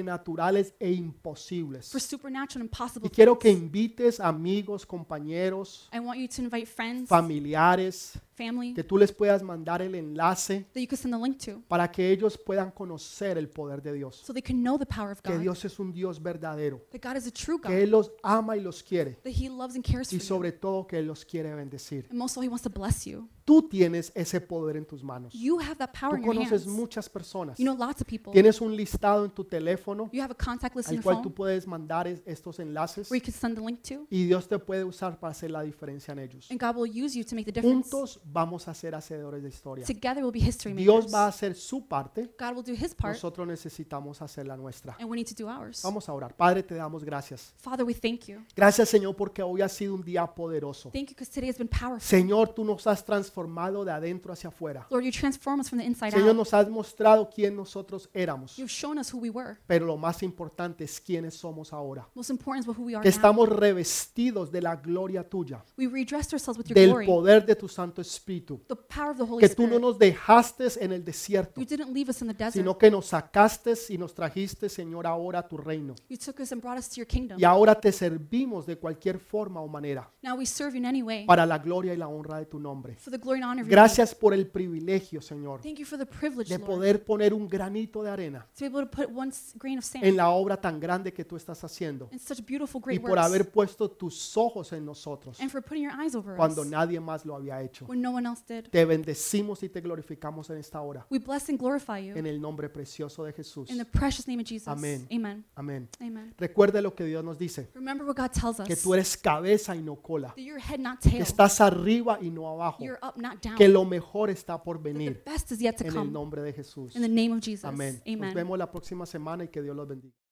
S1: sobrenaturales e
S2: for
S1: imposibles.
S2: supernatural, impossible
S1: Y quiero que
S2: things.
S1: invites amigos, compañeros,
S2: I want you to invite friends,
S1: familiares,
S2: family,
S1: que tú les puedas mandar el enlace
S2: that you could send the link to,
S1: para que ellos puedan conocer el poder de Dios.
S2: so they can know the power of
S1: Que
S2: God.
S1: Dios es un Dios verdadero,
S2: That God is a true
S1: que
S2: God.
S1: Él los ama y los quiere
S2: That He loves and cares for
S1: y
S2: you.
S1: sobre todo que Él los quiere bendecir.
S2: And most of all, He wants to bless you.
S1: Tú tienes ese poder en tus manos.
S2: You have that power
S1: Tú
S2: in your
S1: conoces
S2: hands.
S1: muchas personas.
S2: You know lots of people.
S1: Tienes un listado en tu teléfono
S2: You have a contact list on
S1: al
S2: your
S1: cual tú
S2: phone
S1: puedes mandar es- estos enlaces
S2: where you can send the link to,
S1: y Dios te puede usar para hacer la diferencia en ellos.
S2: and God will use you to make the difference.
S1: Juntos vamos a ser hacedores de historia.
S2: Together we'll be history makers.
S1: Dios va a hacer su parte,
S2: God will do His part,
S1: nosotros necesitamos hacer la nuestra.
S2: and we need to do ours.
S1: Vamos a orar. Padre, te damos gracias.
S2: Father, we thank you.
S1: Gracias Señor porque hoy ha sido un día poderoso.
S2: Thank you because today has been powerful.
S1: Señor, tú nos has transformado de adentro hacia afuera.
S2: Lord, you transform us from the inside
S1: Señor,
S2: out.
S1: nos has mostrado quién nosotros éramos,
S2: You've shown us who we were.
S1: pero lo más importante es quiénes somos ahora.
S2: Most important is what who we are
S1: Que
S2: now.
S1: estamos revestidos de la gloria tuya,
S2: We redressed ourselves with your
S1: del
S2: glory,
S1: poder de tu Santo Espíritu.
S2: the power of the Holy
S1: que tú no
S2: Spirit.
S1: nos dejaste en el desierto,
S2: You didn't leave us in the desert.
S1: sino que nos sacaste y nos trajiste, Señor, ahora a tu reino.
S2: You took us and brought us to your kingdom.
S1: Y ahora te servimos de cualquier forma o manera
S2: Now we serve you in any way
S1: para la gloria y la honra de tu nombre.
S2: for the glory and honor of your name.
S1: Gracias por el privilegio, Señor,
S2: Thank you for the privilege,
S1: de
S2: Lord,
S1: poder poner un granito de arena
S2: to be able to put one s- grain of sand
S1: en la obra tan grande que tú estás haciendo
S2: in such beautiful,
S1: y
S2: great
S1: por
S2: works,
S1: haber puesto tus ojos en nosotros
S2: and for putting your eyes over us
S1: cuando nadie más lo había hecho.
S2: when when no one else did.
S1: Te bendecimos y te glorificamos en esta hora.
S2: We bless and glorify you
S1: En el nombre precioso de Jesús.
S2: in the precious name of Jesus.
S1: Amén.
S2: Amen.
S1: Amén.
S2: Amen.
S1: Recuerde lo que Dios nos dice.
S2: Remember what God tells us.
S1: Que tú eres cabeza y no cola.
S2: that you're head, not
S1: Que
S2: tail.
S1: estás arriba y no abajo.
S2: You're up, not down.
S1: Que lo mejor está por
S2: that the
S1: venir.
S2: best is yet to
S1: En el
S2: come.
S1: nombre de Jesús.
S2: In the name of Jesus.
S1: Amén. Nos
S2: Amen.
S1: vemos la próxima semana y que Dios los bendiga.